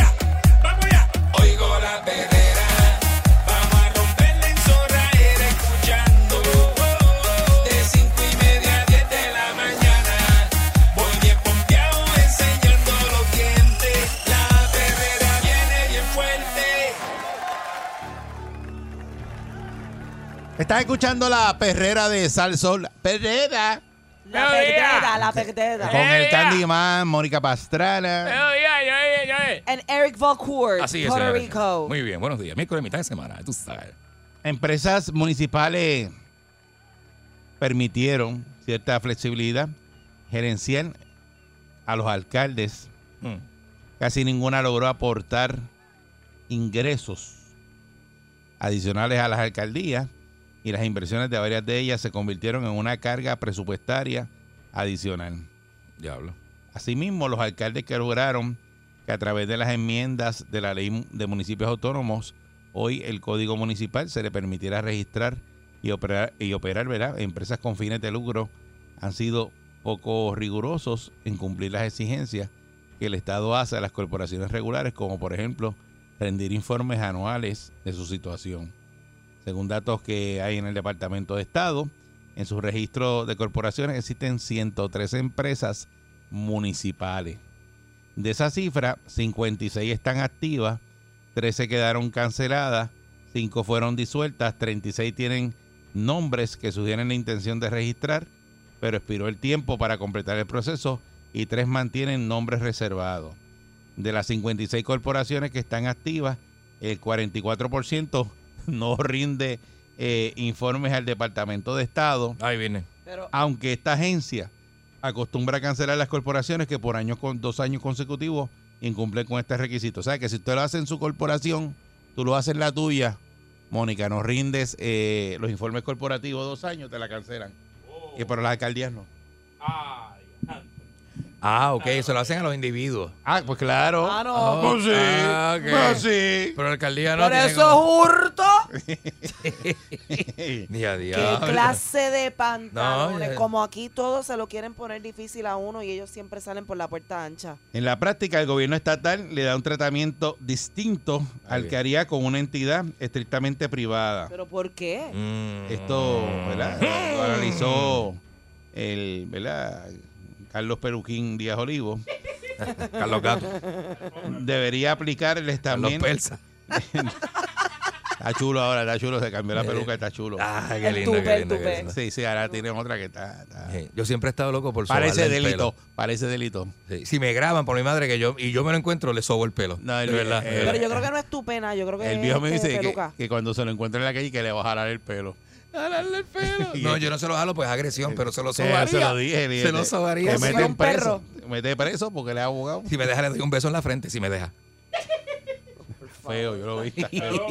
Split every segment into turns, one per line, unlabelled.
este eh,
Estás escuchando la perrera de Sal Sol. Perrera.
La perdera, la perdera.
Con el Candyman, Mónica Pastrana.
Buenos días, yo- yo- yo-
And Eric Valcourt,
Así es.
Puerto
señora.
Rico.
Muy bien, buenos días. Miércoles, mitad de semana, tú sabes.
Empresas municipales permitieron cierta flexibilidad gerencial a los alcaldes.
Mm.
Casi ninguna logró aportar ingresos adicionales a las alcaldías y las inversiones de varias de ellas se convirtieron en una carga presupuestaria adicional.
Diablo.
Asimismo, los alcaldes que lograron que a través de las enmiendas de la ley de municipios autónomos, hoy el Código Municipal se le permitirá registrar y operar, y operar ¿verdad? empresas con fines de lucro, han sido poco rigurosos en cumplir las exigencias que el Estado hace a las corporaciones regulares, como por ejemplo rendir informes anuales de su situación. Según datos que hay en el Departamento de Estado, en su registro de corporaciones existen 103 empresas municipales. De esa cifra, 56 están activas, 13 quedaron canceladas, 5 fueron disueltas, 36 tienen nombres que sugieren la intención de registrar, pero expiró el tiempo para completar el proceso y 3 mantienen nombres reservados. De las 56 corporaciones que están activas, el 44% no rinde eh, informes al Departamento de Estado
Ahí viene.
Pero,
aunque esta agencia acostumbra a cancelar las corporaciones que por años con dos años consecutivos incumplen con este requisito. O sea que si usted lo hace en su corporación, tú lo haces en la tuya, Mónica, no rindes eh, los informes corporativos dos años, te la cancelan. Y pero las alcaldías no.
Ah, ok, se lo hacen a los individuos.
Ah, pues claro.
ah, no.
Ah,
Pues sí,
ah, ok.
pues sí.
Pero la alcaldía no
Por
tiene
eso
como-
hurto.
Día a día.
Qué clase de pantalones.
eh.
ya-
Como aquí todos se lo quieren poner difícil a uno y ellos siempre salen por la puerta ancha.
En la práctica, el gobierno estatal le da un tratamiento distinto al
bien.
que haría con una entidad estrictamente privada.
¿Pero por qué?
Mm.
Esto, ¿verdad? Lo analizó el, ¿verdad? Carlos Peruquín Díaz Olivo.
Carlos Gato.
Debería aplicar el
Carlos
estamento.
Persa.
Está chulo ahora, está chulo. Se cambió la
Eh.
peluca, está chulo.
Ah, qué
El
lindo,
tupé,
qué
el
lindo, qué
tupé.
lindo.
Sí, sí, ahora tienen otra que está. está-
Sí, Yo siempre he estado loco por sobarle
Parece
el
delito,
pelo.
parece delito.
Sí, Si me graban por mi madre que yo y yo me lo encuentro, le sobo el pelo.
No, el-
de verdad. de
eh,
Pero
verdad.
yo creo que no es tu pena, yo creo que
El
es,
viejo me
este,
dice que,
peluca.
que cuando se lo encuentra en la calle que le va a jalar el pelo.
Jalarle el pelo. No, yo no se lo jalo, pues agresión, pero se lo
Sí,
sobaría.
Eh, se lo dije. dije,
Se lo
te-
sobaría.
Te
Si,
me-
meten
un perro.
preso. Te meten preso porque le ha abogado.
si me deja, le doy un beso en la frente, si me deja.
Feo, yo lo vi. está feo.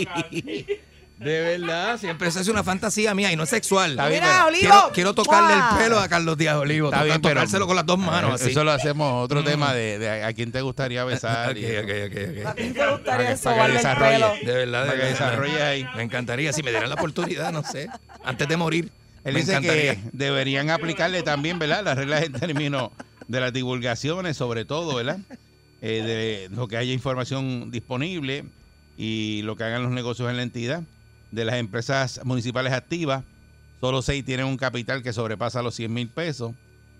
De verdad, siempre esa es una fantasía mía y no es sexual.
Está bien,
Mira,
pero
Olivo.
Quiero, quiero tocarle
¡guau!
el pelo a Carlos Díaz Olivo.
Está
tocar-
bien, pero-
tocárselo con las dos manos.
Eh,
así. Mm.
Eso lo hacemos otro tema de, de a a quién te gustaría besar. y-
Ok, ok, ok,
¿A
ok.
ti te gustaría
Para que
sobarle el
desarrolle.
pelo?
De verdad, de
Para que
verdad.
desarrolle ahí.
Me encantaría, si me dieran la oportunidad, no sé. Antes de morir.
Él
me
dice
encantaría.
que deberían aplicarle también, ¿verdad? Las reglas en términos de las divulgaciones, sobre todo, ¿verdad? Eh, de lo que haya información disponible y lo que hagan los negocios en la entidad. De las empresas municipales activas, solo seis tienen un capital que sobrepasa los 100 mil pesos,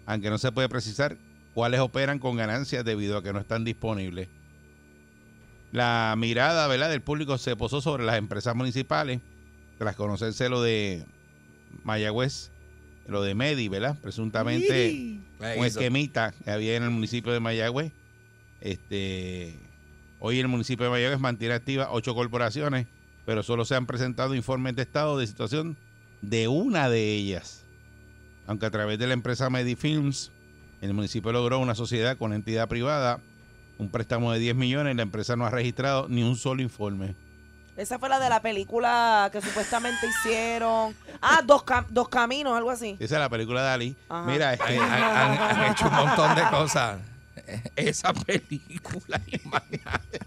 aunque no se puede precisar cuáles operan con ganancias debido a que no están disponibles. La mirada, ¿verdad?, del público se posó sobre las empresas municipales tras conocerse lo de Mayagüez, lo de Medi, ¿verdad? Presuntamente
La
un
hizo.
esquemita que había en el municipio de Mayagüez. Este, hoy el municipio de Mayagüez mantiene activas ocho corporaciones, pero solo se han presentado informes de estado de situación de una de ellas. Aunque a través de la empresa Medifilms, el municipio logró una sociedad con entidad privada un préstamo de 10 millones, la empresa no ha registrado ni un solo informe.
Esa fue la de la película que supuestamente hicieron. Ah, dos, Cam- dos caminos, algo así.
Esa es la película de Ali.
Ajá.
Mira, este,
Han, han- han hecho un montón de cosas. Esa película, imagínate.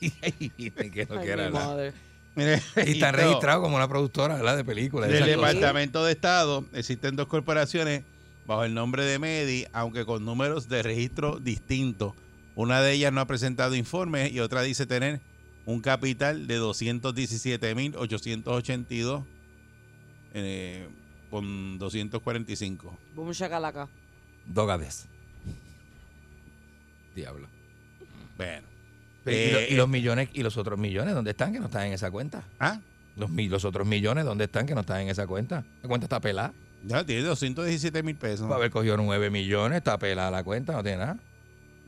Y que no
Ay,
quiera
mi
hablar.
madre.
mire,
Y están
esto,
registrados como una productora ¿verdad? de películas.
Del
esas cosas.
Departamento de Estado existen dos corporaciones bajo el nombre de MEDI, aunque con números de registro distintos. Una de ellas no ha presentado informes y otra dice tener un capital de 217.882 eh, con 245.
Boom shakalaka.
Dogades. Diablo.
Bueno.
Pero, y,
Eh,
lo- y los millones y los otros millones, ¿dónde están? Que no están en esa cuenta.
Ah,
Los, mi- los otros millones, ¿dónde están? Que no están en esa cuenta. La cuenta está pelada.
ya tiene 217 mil pesos.
Va a haber cogido 9 millones, está pelada la cuenta, no tiene nada.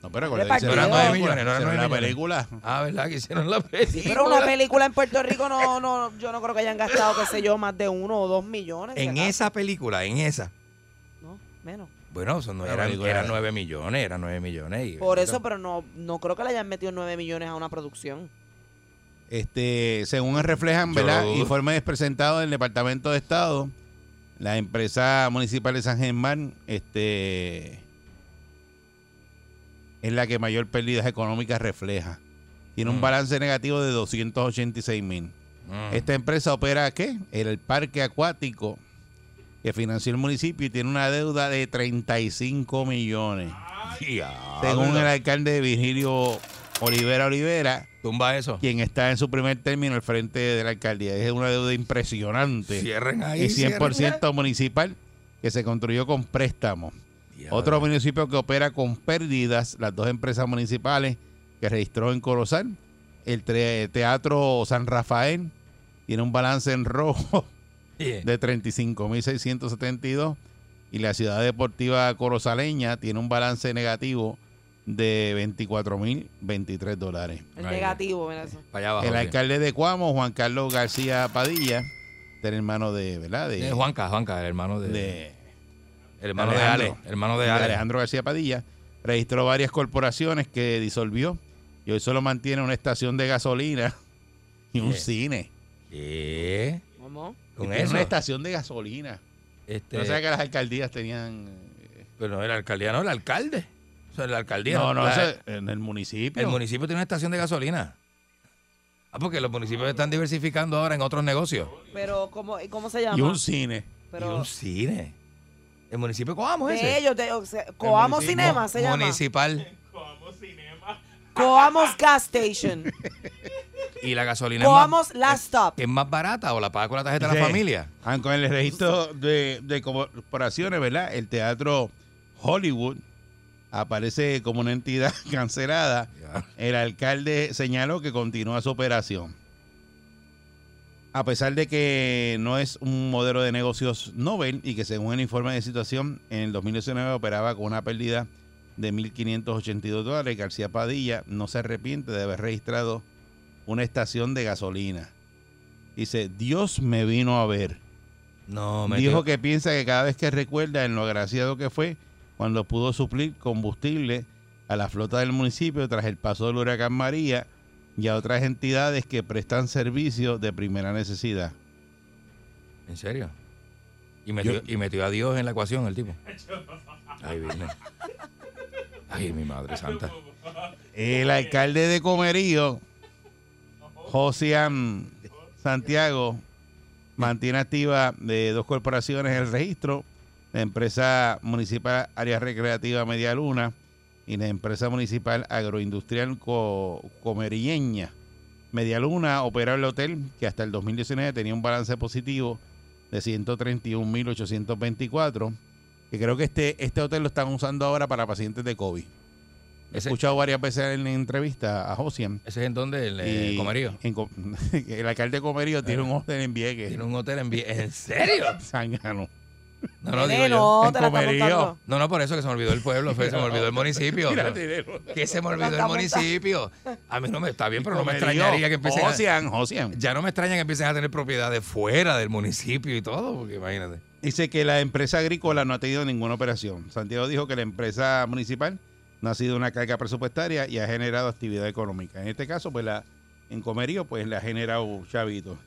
No, pero acuérdate,
Repartido.
hicieron
No eran
la
nueve millones, no eran
hicieron
nueve
la
millones.
película.
Ah, ¿verdad? Que hicieron la película.
Pero una película en Puerto Rico no, no, yo no creo que hayan gastado, qué sé yo, más de uno o dos millones. si
En
acaso.
esa película, en esa.
No, menos.
Bueno, son, no,
La
eran,
película
eran
era-
9 millones, eran 9 millones. y-
Por eso, pero no, no creo que le hayan metido nueve millones a una producción.
Este, según reflejan,
Yo
¿verdad?
lo dudo.
Informes presentados del Departamento de Estado, la empresa municipal de San Germán, este es la que mayor pérdidas económicas refleja. Tiene un
Mm.
balance negativo de 286 mil.
Mm.
Esta empresa opera ¿qué? El parque acuático que financió el municipio y tiene una deuda de 35 millones.
Diablo.
Según el alcalde Virgilio Olivera Olivera,
Tumba eso.
quien está en su primer término al frente de la alcaldía. Es una deuda impresionante.
Cierren ahí.
y 100%
cierren
municipal que se construyó con préstamo.
ahí.
Otro municipio que opera con pérdidas, las dos empresas municipales que registró en Corozal, el tre- Teatro San Rafael tiene un balance en rojo
Diablo.
de 35.672 y la ciudad deportiva corozaleña tiene un balance negativo de 24.023 dólares.
El
Ay,
negativo, mira eso.
Para allá abajo.
El
sí.
alcalde de Cuamo, Juan Carlos García Padilla, el hermano de, ¿verdad? De,
Eh, Juanca, Juanca, el hermano de,
de-
el hermano de
Alejandro.
Ale, hermano
de
de Ale.
Alejandro García Padilla, registró varias corporaciones que disolvió y hoy solo mantiene una estación de gasolina y un
Sí.
cine.
¿Qué?
¿Cómo?
Eh, Con
Tiene
eso.
Una estación de gasolina.
Este,
No sabía que las alcaldías tenían... eh,
pero no era alcaldía, no, el alcalde. O sea, la alcaldía.
No, no,
la-
eso es en el municipio.
el municipio tiene una estación de gasolina. Ah, porque los municipios están diversificando ahora en otros negocios.
Pero, ¿cómo, y cómo se llama?
y un cine.
Pero,
y un cine. El municipio Coamo
de
ese.
ellos, de, o sea, Coamo
municipio-
Cinema se llama.
Municipal.
Coamos Gas Station.
Y la gasolina es más-
Coamos Last Stop.
es más barata o la paga con la tarjeta de
Sí.
la familia.
Ah, con el registro de, de corporaciones, ¿verdad? El teatro Hollywood aparece como una entidad cancelada. El alcalde señaló que continúa su operación. A pesar de que no es un modelo de negocios Nobel y que según el informe de situación, en el 2019 operaba con una pérdida de 1.582 dólares, García Padilla no se arrepiente de haber registrado una estación de gasolina. Dice, Dios me vino a ver.
No, me
Dijo que piensa que cada vez que recuerda en lo agraciado que fue cuando pudo suplir combustible a la flota del municipio tras el paso del huracán María y a otras entidades que prestan servicios de primera necesidad.
¿En serio? Y metió, y metió a Dios en la ecuación el tipo. Ay, Virgen. Ay, mi madre santa.
El alcalde de Comerío, Josian Santiago, mantiene activa de dos corporaciones el registro, la empresa municipal Área Recreativa Media Luna y la empresa municipal agroindustrial co comerilleña. Media Luna opera el hotel que hasta el 2019 tenía un balance positivo de 131.824, que creo que este, este hotel lo están usando ahora para pacientes de COVID. He
Ese-
escuchado varias veces en entrevista a Josian.
Ese es en donde el eh,
y
comerío.
en Co- el alcalde de Comerío tiene un hotel en Vieques.
Tiene un hotel en Vie- ¿En serio?
Zángano.
No, no, digo
Nene,
yo.
no,
en
te la está
Comerío.
montando.
No, no, por eso que se me olvidó el pueblo, fue, se me olvidó el municipio.
Mira, dinero.
Que se me olvidó el
Tanta monta-
municipio. A mí no me está bien, pero no me
Comerío. Oh,
extrañaría que empiecen a,
Josian, Josian.
Ya no me extraña que empiecen a tener propiedades fuera del municipio y todo, porque imagínate.
Dice que la empresa agrícola no ha tenido ninguna operación. Santiago dijo que la empresa municipal no ha sido una carga presupuestaria y ha generado actividad económica. En este caso, pues la en comerío, pues la ha generado Chavito.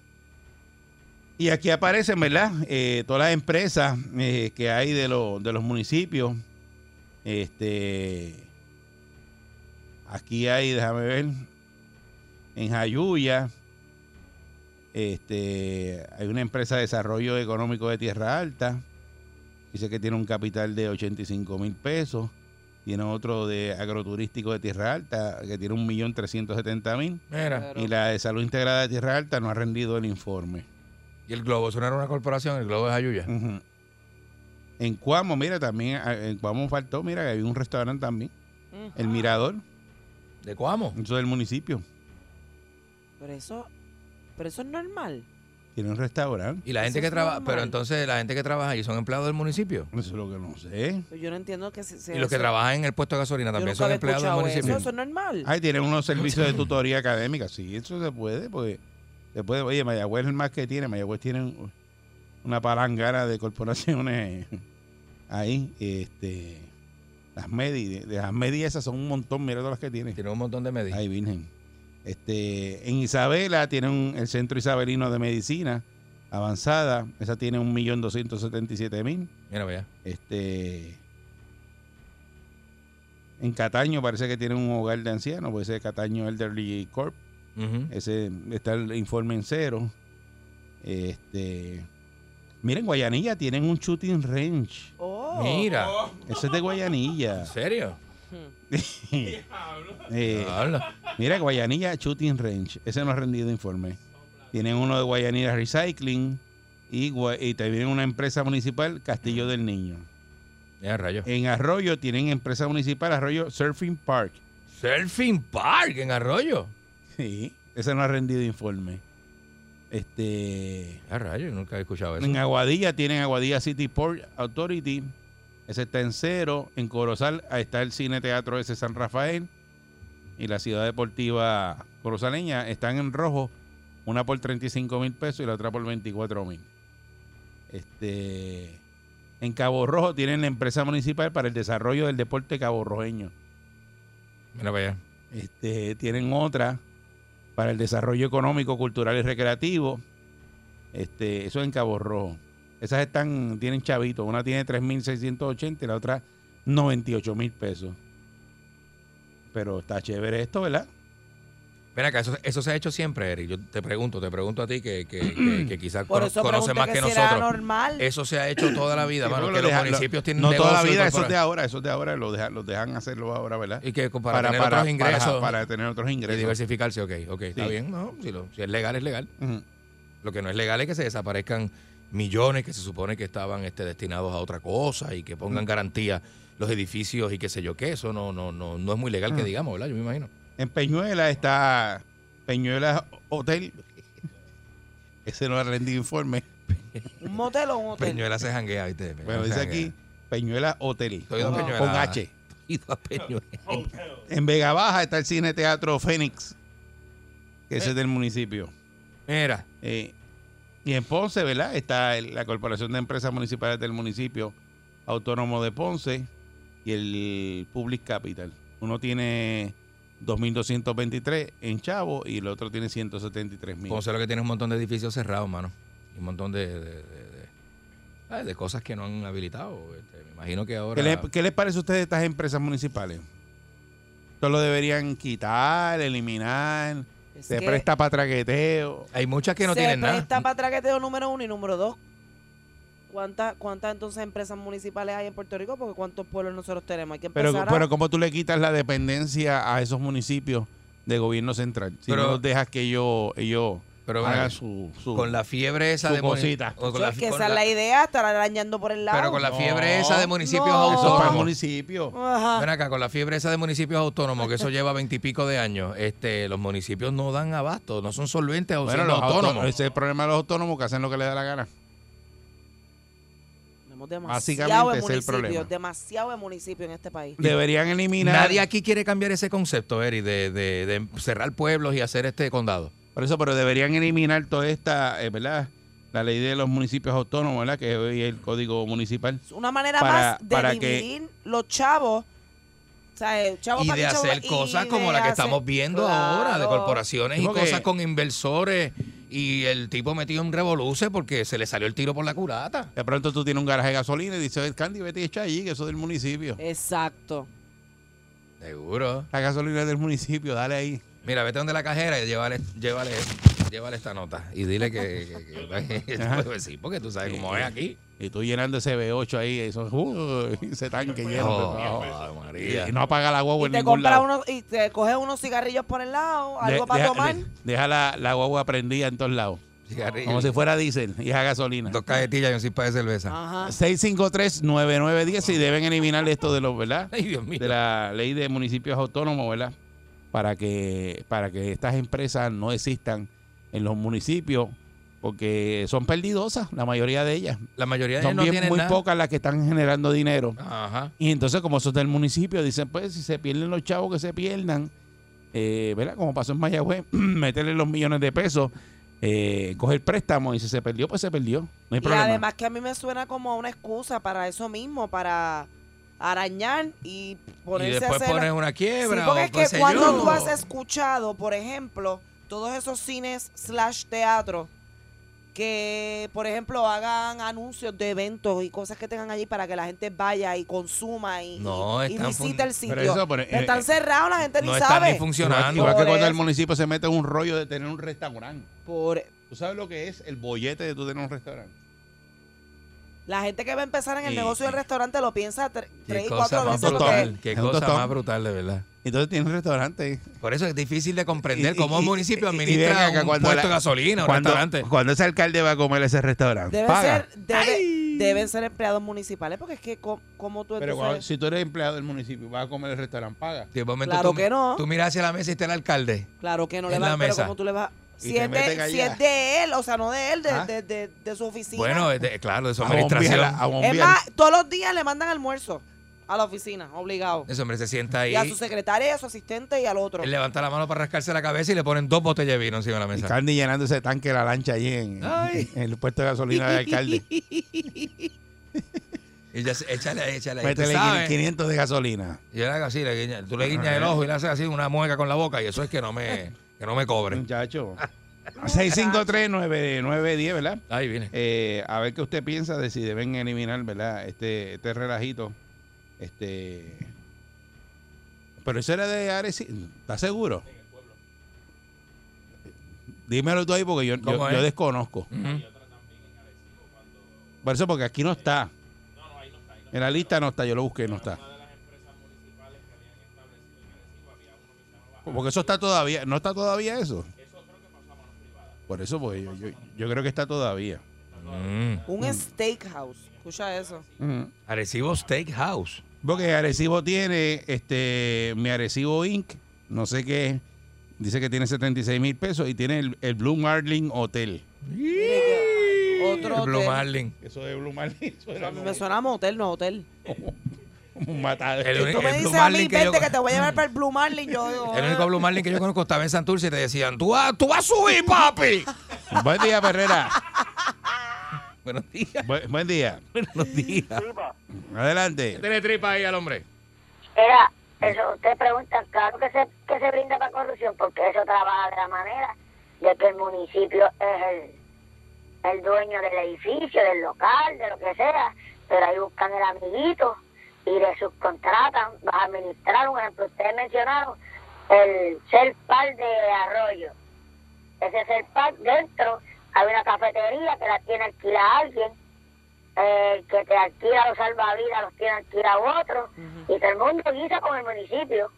Y aquí aparecen, ¿verdad? Eh, todas las empresas eh, que hay de, lo- de los municipios. Este, aquí hay, déjame ver, en Jayuya, este, hay una empresa de desarrollo económico de Tierra Alta. Dice que tiene un capital de 85 mil pesos. Tiene otro de agroturístico de Tierra Alta que tiene 1.370.000.
Mira,
Y la de salud integrada de Tierra Alta no ha rendido el informe.
y el globo, eso no era una corporación, el globo es Ayuya.
Ujú. En Cuamo, mira, también, ah, en Cuamo faltó, mira, que había un restaurante también.
Mm.
El Mirador,
¿De Cuamo?
eso del municipio.
Pero eso, pero eso es normal.
Tiene un restaurante.
Y la gente
Eso
que
es
trabaja,
normal.
pero entonces la gente que trabaja allí son empleados del municipio.
Eso es lo que no sé.
Yo no entiendo que se, se-
Y los que
se-
trabajan en el puesto de gasolina
yo
también
nunca
son
había
empleados del
escuchado
municipio.
eso, eso es normal.
Ahí tienen unos servicios de tutoría académica. Sí, eso se puede, porque se puede. Oye, Mayagüez es el más que tiene. Mayagüez tiene un- una palangana de corporaciones ahí. Este, las Medi, de, de las Medi esas son un montón, mira todas las que tiene.
Tiene un montón de medidas.
Ay, Virgen. Este, en Isabela tiene un- el Centro Isabelino de Medicina Avanzada. Esa tiene 1.277.000.
Mira, vea.
Este, en Cataño parece que tiene un hogar de ancianos, pues ese Cataño Elderly Corp.
Ujú.
Ese está el informe en cero. Este, miren, Guayanilla tienen un shooting range.
Oh.
Mira,
Ese es de Guayanilla.
¿en serio?
Hmm.
Eh,
Habla.
Mira, Guayanilla Shooting Range. Ese no ha rendido informe. Tienen uno de Guayanilla Recycling y, gua- y también una empresa municipal, Castillo del Niño.
Mira, rayo.
En Arroyo tienen empresa municipal, Arroyo Surfing Park.
Surfing Park en Arroyo.
Sí. Ese no ha rendido informe. Este.
Mira, rayo, nunca he escuchado eso.
En Aguadilla tienen Aguadilla City Port Authority. Ese está en cero. En Corozal ahí está el Cine Teatro ese San Rafael. Y la ciudad deportiva corozaleña están en rojo. Una por 35 mil pesos y la otra por 24 mil. Este, en Cabo Rojo tienen la empresa municipal para el desarrollo del deporte caborrojeño.
Mira, vea.
Este, tienen otra para el desarrollo económico, cultural y recreativo. Este, eso en Cabo Rojo. Esas están, tienen chavitos. Una tiene 3.680 y la otra 98.000 pesos. Pero está chévere esto, ¿verdad?
Mira acá, eso, eso se ha hecho siempre, Eric. Yo te pregunto, te pregunto a ti que, que, que- que quizás
Por
cono-
eso
conoce
pregunté
más que,
que, si era
nosotros.
normal.
Eso se ha hecho toda la vida,
Sí,
mano.
porque
Que
lo
los
dejan-
municipios tienen
No toda la
negocios
vida, eso es
corpora-
de ahora, eso es de ahora, lo deja- los dejan hacerlo ahora, ¿verdad?
Y que para, tener otros ingresos
para- para tener otros
y
ingresos.
diversificarse, ok, ok, está
Sí.
bien, no, si, lo- si es legal, es legal.
Ujú.
Lo que no es legal es que se desaparezcan millones que se supone que estaban este, destinados a otra cosa y que pongan
Mm.
garantía los edificios y qué sé yo qué. Eso no, no, no, no es muy
Mm.
legal que digamos, ¿verdad? Yo me imagino.
En Peñuela está Peñuela Hotel. Ese no ha rendido informe.
Un motel o un hotel.
Peñuela se janguea, ¿viste? Peñuelas
Bueno,
se
dice
janguea.
aquí Peñuela Hotel.
Estoy ido a
con
Peñuela.
con H.
Ido a Peñuela.
En Vega Baja está el Cine Teatro Fénix, que
Eh.
ese es del municipio.
Mira,
Eh, y en Ponce, ¿verdad? Está el- la Corporación de Empresas Municipales del municipio autónomo de Ponce y el Public Capital. Uno tiene 2.223 en Chavo y el otro tiene 173.000.
Ponce lo que tiene es un montón de edificios cerrados, mano. Y un montón de, de, de- de- ay, de cosas que no han habilitado. Este, me imagino que ahora.
¿Qué les, qué les parece a ustedes estas empresas municipales? Esto lo deberían quitar, eliminar,
Es
se
que
presta para traqueteo.
Hay muchas que no
se
tienen
presta
nada.
para traqueteo número uno y número dos. ¿Cuántas cuántas entonces empresas municipales hay en Puerto Rico? Porque cuántos pueblos nosotros tenemos. Hay que empezar
Pero,
a-
pero ¿cómo tú le quitas la dependencia a esos municipios de gobierno central? Si
Pero-
no los dejas que ellos, ellos
Pero mira,
hagan su, su-
con la fiebre esa
su
de muni-
cosita.
o con
Sí,
la-
es que
con
esa es
la-
la idea, estar arañando por el lado.
Pero con la
No,
fiebre esa de municipios
no.
Eso es para el
autónomos.
municipio.
Ajá.
Ven acá, con la fiebre esa de municipios autónomos, que eso lleva veintipico de años, este, los municipios no dan abasto, no son solventes o
Bueno,
son
los autónomos.
autónomos.
Ese es el problema de los autónomos que hacen lo que les da la gana.
Tenemos
Básicamente
demasiado
ese
de
es el problema.
municipio, demasiado de municipio en este país.
Deberían eliminar.
Nadie aquí quiere cambiar ese concepto, Eri, de, de- de cerrar pueblos y hacer este condado.
Por eso, pero deberían eliminar toda esta, eh, ¿verdad? La ley de los municipios autónomos, ¿verdad? Que hoy es el código municipal.
Es una manera
Para-
más de
para que-
dividir los chavos O sea, eh, chavo
y
pa'
de
aquí, chavo pa'
hacer
aquí,
cosas
y
como
de
la que
hacer-
estamos viendo ahora, de
Claro.
corporaciones y
Digo que-
cosas con inversores y el tipo metido en revoluce porque se le salió el tiro por la culata.
De pronto tú tienes un garaje de gasolina y dices, Candy, vete y echa allí, que eso es del municipio.
Exacto.
Seguro.
La gasolina es del municipio, dale ahí.
Mira, vete donde la cajera y llévale, llévale, llévale esta nota y dile que, que- que- que- pues sí, porque tú sabes cómo es aquí.
Y tú llenando ese B8 ahí, eso, uh, ese tanque lleno.
Oh,
de trabajo.
Ave
y,
María.
y no apaga la guagua
Y
en
te
ningún
compras
lado.
unos, y te coges unos cigarrillos por el lado,
De-
algo para
deja,
tomar.
de- deja la, la guagua prendida en todos lados.
Cigarrillo,
Como si fuera diésel y es a gasolina.
dos cajetillas y un cispa de cerveza.
Ajá.
653-9910 y deben eliminar esto de los, ¿verdad?
Ay, Dios mío.
De la ley de municipios autónomos, ¿verdad? Para que, para que estas empresas no existan en los municipios porque son perdidosas, la mayoría de ellas.
La mayoría de ellos
Ah. Son
no
bien-
tienen
muy
nada.
pocas las que están generando dinero.
Ajá.
Y entonces, como eso es del municipio, dicen, pues, si se pierden los chavos que se pierdan, eh, ¿verdad? Como pasó en Mayagüez, meterle los millones de pesos, eh, coger préstamos y si se perdió, pues se perdió. No hay
Y
problema.
además que a mí me suena como una excusa para eso mismo, para arañar y
Y
ponerse
después
a hacer...
pones una quiebra
Sí, porque
o
es
qué
que
sé
cuando
yo.
tú has escuchado, por ejemplo, todos esos cines slash teatro que, por ejemplo, hagan anuncios de eventos y cosas que tengan allí para que la gente vaya y consuma y,
No,
y- y
están
visite
fun-
el sitio.
pero eso, pero, eh,
están
eh,
cerrados, la gente
no
ni
están
sabe.
ni
Igual,
funcionando.
igual que
Por
cuando el
eso.
municipio se mete en un rollo de tener un restaurante.
Por-
¿Tú sabes lo que es el bollete de tú tener un restaurante?
la gente que va a empezar en el
Y-
negocio del restaurante lo piensa tre- tres
Qué
y
cosa
cuatro
más
veces.
brutal,
Porque,
qué
Es un
cosa
tostón.
más brutal de verdad.
Entonces tienes un restaurante.
Por eso es difícil de comprender
Y-
cómo
y-
un municipio
y- y
administra
ven acá,
un
cuando
puesto de
la-
gasolina, un
Cuando,
restaurante.
cuando ese alcalde va a comer ese restaurante.
deben,
Paga.
ser, debe- deben ser empleados municipales porque es que co- como tú
Pero
tú
cuando-
sabes-
si tú eres empleado del municipio, vas a comer el restaurante, paga.
De momento
Claro
tú,
que no.
Tú miras hacia la mesa y está el alcalde.
Claro que no
En
le
la
van, pero
mesa.
como tú le vas.
Y
Si
te
es,
meten
de, si
allá.
es de él, o sea, no de él, de,
Ah.
de- de- de su oficina.
Bueno, es de- claro, de su
A bombear,
administración.
a bombear.
es más, todos los días le mandan almuerzo a la oficina, obligado.
Ese hombre se sienta ahí.
Y a su secretaria, y a su asistente y al otro.
Él levanta la mano para rascarse la cabeza y le ponen dos botellas de vino encima de la
Y
mesa.
Candy llenando ese tanque de la lancha allí en,
Ay.
en el puesto de gasolina del alcalde.
Y ya se- échale, échale. ahí, tú
Métele
sabes.
500 de gasolina.
Y él haga así, le guiña- tú le guiñas el ojo y le haces así una mueca con la boca y eso es que no me, que no me cobre.
Muchacho. 653-9910, ¿verdad?
Ahí viene.
Eh, a ver qué usted piensa de si deben eliminar, ¿verdad? Este, este relajito. Este. Pero eso era de Areci. ¿Estás seguro? Dímelo tú ahí porque yo, yo,
¿Cómo
yo
es?
desconozco.
Ujú.
Por eso, porque aquí no está. En la lista no está, yo lo busqué, no está. Porque eso está todavía, no está todavía eso. Por eso, pues yo, yo- yo creo que está todavía.
Mm.
Un steakhouse. Escucha eso.
Ujú.
Arecibo Steakhouse.
Porque Arecibo tiene, este, mi Arecibo Inc., no sé qué, dice que tiene 76 mil pesos y tiene el, el Blue Marlin Hotel.
Mire que- Otro
El Blue
hotel.
Marlin.
Eso de Blue Marlin suena
A mí me suena a motel, no a hotel.
como un matadero.
El
Tú
único-
me
El Blue
dices a mí,
Marlin que
vente
yo-
que te voy a llevar para el Blue Marlin. Yo digo,
El único
"Ah".
Blue Marlin que yo conozco estaba en Santurce y te decían, tú vas, tú vas a subir, papi.
Buen día, Perrera.
Buenos días.
Buen, buen día.
Buenos días.
Adelante.
Tiene tripa ahí al hombre.
Era, eso te preguntan, claro que se, que se brinda para corrupción, porque eso trabaja de la manera de que el municipio es el, el dueño del edificio, del local, de lo que sea, pero ahí buscan el amiguito y le subcontratan, a administrar, un ejemplo, ustedes mencionaron el ser par de arroyo. Ese ser par dentro hay una cafetería que la tiene alquilada alguien eh, que te alquila los salvavidas, los tiene alquilado otro, y todo el mundo guisa con el municipio.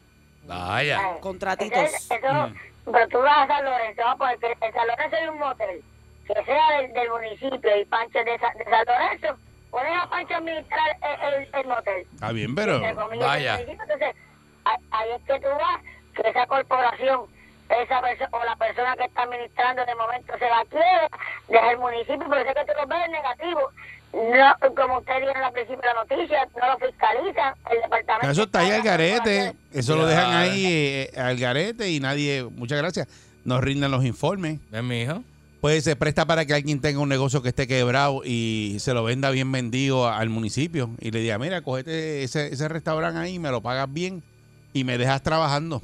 Vaya.
Eh,
Contratitos.
Eso, eso- Pero tú vas a San Lorenzo, vamos a poner que en San Lorenzo hay un motel, que sea del, del municipio y Pancho es de, Sa- de San Lorenzo, pones a Pancho a administrar el, el- el motel.
Está bien, pero.
entre comillas,
vaya.
del municipio. Entonces, ahí- ahí es que tú vas, que esa corporación, esa persona o la persona que está administrando de momento se la quiebra, deja el municipio, pero sé que tú lo ves en negativo. No, como usted dijo al principio de la noticia, no lo fiscalizan, el departamento.
Eso está ahí al
la
garete.
corporación.
Eso lo dejan ahí eh, al garete y nadie, muchas gracias, nos rinden los informes.
¿Ves, mi hijo?
Pues se presta para que alguien tenga un negocio que esté quebrado y se lo venda bien vendido a- al municipio y le diga, mira, cogete ese, ese restaurante ahí, me lo pagas bien y me dejas trabajando.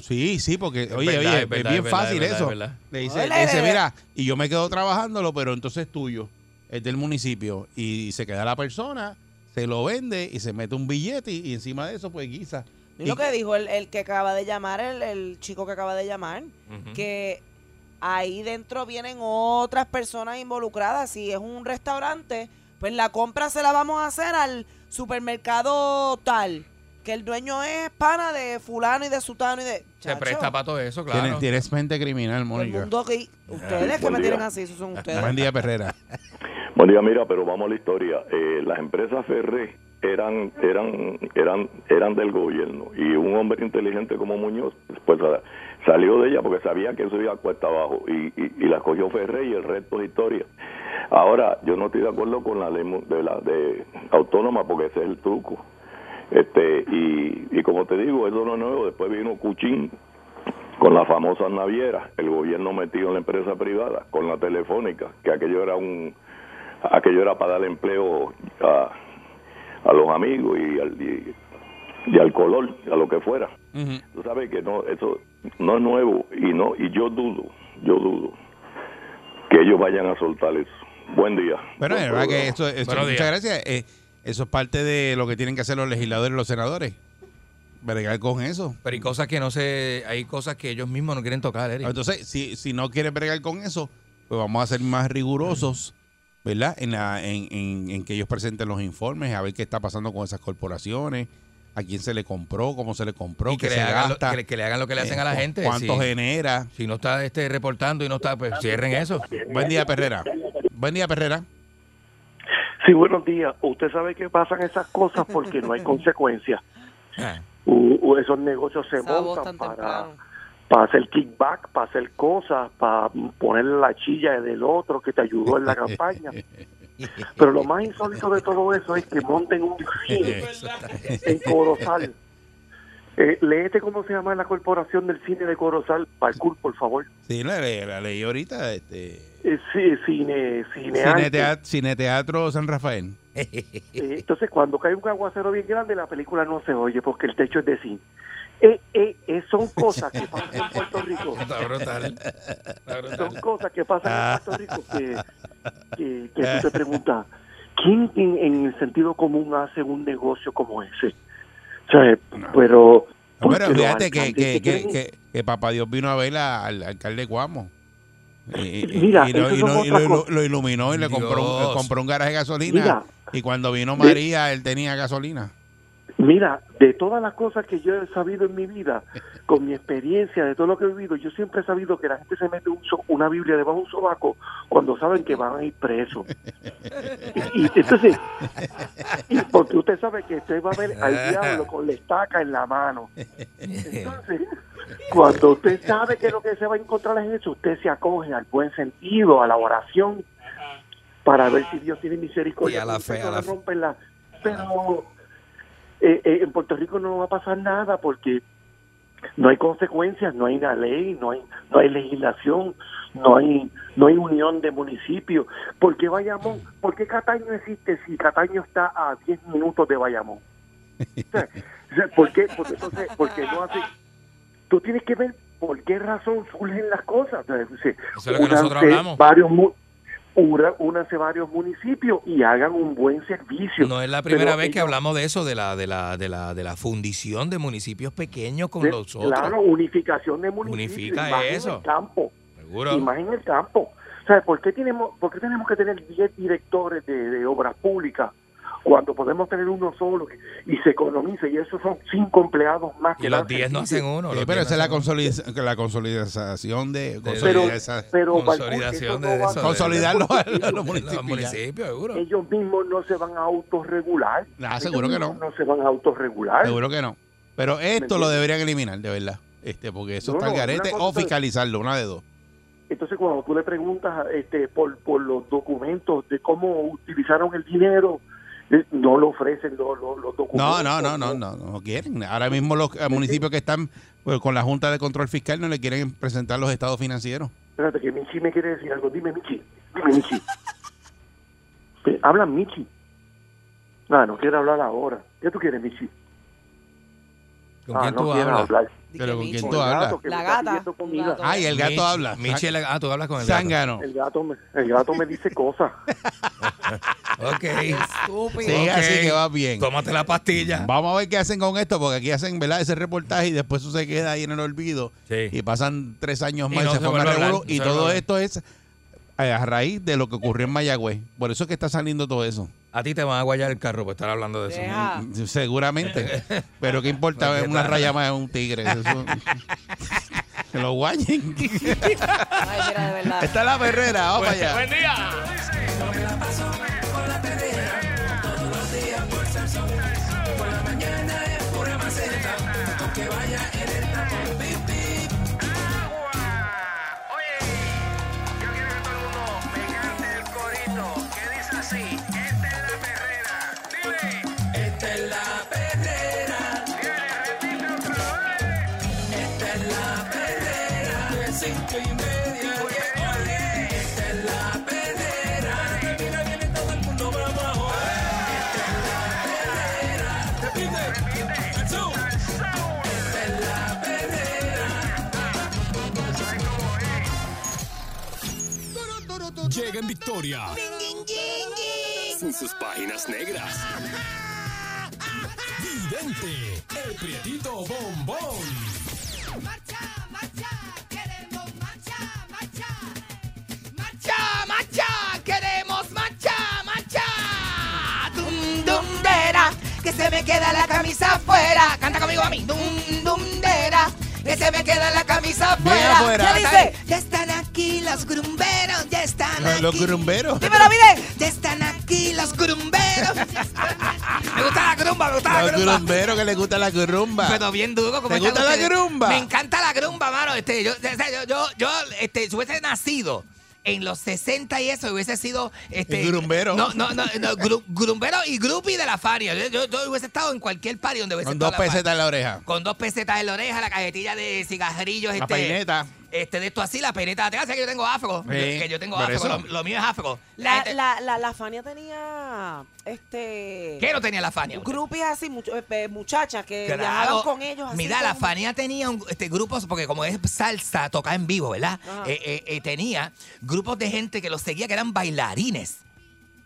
Sí, sí, porque,
Es
oye,
verdad,
oye,
es
es,
verdad,
bien
es verdad,
fácil
es verdad,
eso.
es verdad.
Le dice,
Ole.
le dice, mira, y yo me quedo trabajándolo, pero entonces es tuyo, es del municipio. Y se queda la persona, se lo vende y se mete un billete y, y encima de eso, pues guisa.
Y lo que dijo el, el que acaba de llamar, el, el chico que acaba de llamar,
Ujú.
que ahí dentro vienen otras personas involucradas. Si es un restaurante, pues la compra se la vamos a hacer al supermercado tal, que el dueño es pana de fulano y de sutano y de...
Se
Chacho,
presta para todo eso,
Tienes-
claro.
Tienes mente
todo
criminal,
el
Mónica.
mundo que... Ustedes que
Buen
me
día.
tienen así, esos son ustedes.
Buen día, Perrera.
Buen día, mira, pero vamos a la historia. Eh, las empresas Ferré eran, eran, eran, eran del gobierno y un hombre inteligente como Muñoz pues, sa- salió de ella porque sabía que eso iba a cuesta abajo y, y, y la cogió Ferré y el resto es historia. Ahora, yo no estoy de acuerdo con la ley mu- de, la, de autónoma porque ese es el truco. Este, y, y como te digo, eso no es nuevo. Después vino Cuchín con las famosas navieras, el gobierno metido en la empresa privada, con la telefónica, que aquello era un aquello era para dar empleo a, a los amigos y al, y, y al color, a lo que fuera.
Ujú.
Tú sabes que no eso no es nuevo y no y yo dudo, yo dudo que ellos vayan a soltar eso. Buen día.
Bueno,
Buen
es verdad que
programa.
esto, esto-
Buenos
muchas
días.
gracias. Eh, eso es parte de lo que tienen que hacer los legisladores y los senadores. Bregar con eso.
Pero hay cosas que no se. Hay cosas que ellos mismos no quieren tocar, Eric.
Entonces, si, si no quieres bregar con eso, pues vamos a ser más rigurosos, ¿verdad? En, la, en, en- en que ellos presenten los informes, a ver qué está pasando con esas corporaciones, a quién se le compró, cómo se le compró,
y que le,
qué se
hagan lo,
gasta,
que, le- que le hagan lo que le hacen a la
eh, cu-
gente.
cuánto
si,
genera.
si no está este, reportando y no está, pues cierren eso.
Buen día, Perrera. Buen día, Perrera.
Sí, buenos días. Usted sabe que pasan esas cosas porque no hay consecuencias.
Ah,
U- u- esos negocios se
Esa voz
montan
tan
para,
temprano.
para hacer kickback, para hacer cosas, para poner la chilla del otro que te ayudó en la campaña. Pero lo más insólito de todo eso es que monten un cine en Corozal. Eh, léete cómo se llama la corporación del cine de Corozal. Parkour, por favor.
Sí, la, le- la leí ahorita. Este,
Eh, sí, cine,
Cinetea-
cine,
Cineteatro, San Rafael.
Eh, entonces, cuando cae un aguacero bien grande, la película no se oye porque el techo es de zinc. Eh, eh, eh, son cosas que pasan en Puerto Rico.
está brutal. Está brutal.
Son cosas que pasan en Puerto Rico que,
Ah.
que, que tú te preguntas, ¿quién en, en el sentido común hace un negocio como ese? O sea, eh, pero...
No,
porque
pero
los
fíjate que,
alcaldes
que, que,
quieren-
que- que Papá Dios vino a ver a- al alcalde Guamo. Y, y-
Mira,
y lo,
eso
y
son
lo- y lo-
otras cosas.
lo iluminó y le compró, un-
Dios.
le compró un garaje de gasolina.
Mira.
y cuando vino
De-
María, él tenía gasolina.
Mira, de todas las cosas que yo he sabido en mi vida, con mi experiencia, de todo lo que he vivido, yo siempre he sabido que la gente se mete un so- una Biblia debajo de un sobaco cuando saben que van a ir presos. Y, y entonces, y porque usted sabe que usted va a ver al diablo con la estaca en la mano. Entonces, cuando usted sabe que lo que se va a encontrar es eso, usted se acoge al buen sentido, a la oración, para ver si Dios tiene misericordia.
Y a la
con usted,
fe, a
no
la
le
fe.
rompen la- Pero eh, eh, en Puerto Rico no va a pasar nada porque no hay consecuencias, no hay una ley, no hay, no hay legislación, no hay, no hay unión de municipios. ¿Por qué Bayamón? ¿Por qué Cataño existe si Cataño está a 10 minutos de Bayamón? O sea, o sea, ¿Por qué? Porque, entonces, porque no hace... Tú tienes que ver por qué razón surgen las cosas. Eh, O sea,
es lo que nosotros
únanse
hablamos.
Varios mu- una- únanse varios municipios y hagan un buen servicio.
No es la primera
Pero
vez que
ellos-
hablamos de eso, de la, de la, de la, de la fundición de municipios pequeños con
de-
los otros.
Claro, unificación de municipios.
Unifica
y más en
eso.
el campo.
Seguro.
Y más en el campo. O sea, ¿por qué tenemos, por qué tenemos que tener 10 directores de, de obras públicas cuando podemos tener uno solo que- y se economiza? Y esos son cinco empleados más.
Y
dan
los 10 no
servicio?
hacen uno.
Sí,
los
Eh, pero
10
esa es la,
no hacen
consolida- la consolidación de...
Pero,
Consolidar, esa-
pero
consolidación de
Balcón, eso no va a
eso,
ser
consolidar los,
porque
los
uno. Los
municipios.
municipios, seguro.
Ellos mismos no se van a autorregular.
Ah,
Ellos
seguro que no.
mismos No se van a autorregular.
Seguro que no. Pero esto lo
entiendes?
deberían eliminar, de verdad. Este, porque eso
No,
está al
no, una
garete.
cosa
O
es-
fiscalizarlo, una de dos.
Entonces, cuando tú le preguntas este, por, por los documentos de cómo utilizaron el dinero, eh, no le ofrecen los, los-
No,
los documentos.
no, no, no, no, no quieren. Ahora mismo los eh, municipios que están pues, con la Junta de Control Fiscal no le quieren presentar los estados financieros.
Espérate, que Michi me quiere decir algo. Dime, Michi. Dime, Michi. Eh, Habla Ah, Michi. No, no quiero hablar ahora. ¿Qué tú quieres, Michi?
¿Con
Ah,
quién
no
tú
quiero
hablas?
hablar.
Pero ¿con quién
Michi.
Con
tú
el
hablas?
gato que me
La
está
gata,
pidiendo comida.
un gato.
Ay, el gato
Mich-
habla.
Michelle, ah, tú hablas con el gato.
Zángano.
El gato, me, el gato me dice cosas.
Ok.
Estúpido.
Ok.
Sí, así que va bien.
Tómate la pastilla.
Vamos a ver qué hacen con esto, porque aquí hacen ¿verdad? ese reportaje y después eso se queda ahí en el olvido.
Sí.
Y pasan tres años
Y
más y,
no
se
se
forma
vuelve a
revolú,
hablar, no
Y
se
todo
vuelve a
esto es eh, a raíz de lo que ocurrió en Mayagüez. Por eso es que está saliendo todo eso.
A ti te van a guayar el carro por estar hablando de eso.
Deja. Ah.
Seguramente. Pero qué importa una raya más de un tigre. Eso- que lo guayen.
Ay, mira, de verdad.
Está la perrera, vamos para allá.
Llega en victoria. Con sus páginas negras. Vidente, el prietito bombón.
Dum, dum, dera, que se me queda la camisa afuera. Canta conmigo a mí. Dum, dum, dera, que se me queda la camisa afuera.
afuera.
¿Qué dice? Ya están aquí los grumberos, ya están
Los-
aquí.
los grumberos.
Dímelo, mire. Ya están aquí los grumberos. me gusta la grumba, me gusta la
Los
grumba.
grumberos Ah, que le gusta la grumba.
Pero bien duro. como
¿Te
están
gusta la
ustedes?
grumba?
Me encanta la grumba, mano. Este, yo, o sea, yo, yo, yo, este, si hubiese nacido en los 60 y eso, hubiese sido... Este,
El grumbero.
No, no, no, no, gru- grumbero y grupi de la faria. Yo, yo- yo hubiese estado en cualquier party donde hubiese
Con
estado
dos
la faria.
pesetas en la oreja.
Con dos pesetas en la oreja, la cajetilla de cigarrillos.
La
este,
peineta.
Este, de esto así, la peineta de atrás, que yo tengo afro.
Sí,
que yo tengo
por
afro,
eso.
lo, lo mío es afro. Este,
La,
gente-
la, la, la Fania tenía este
¿Qué no tenía la faria?
grupis así, much- eh, eh, muchachas que
Claro.
viajaban con ellos así.
Mira, la
como-
Fania tenía un, este, grupos, porque como es salsa, toca en vivo, ¿verdad?
Ajá.
Eh, eh, eh, tenía grupos de gente que los seguía que eran bailarines.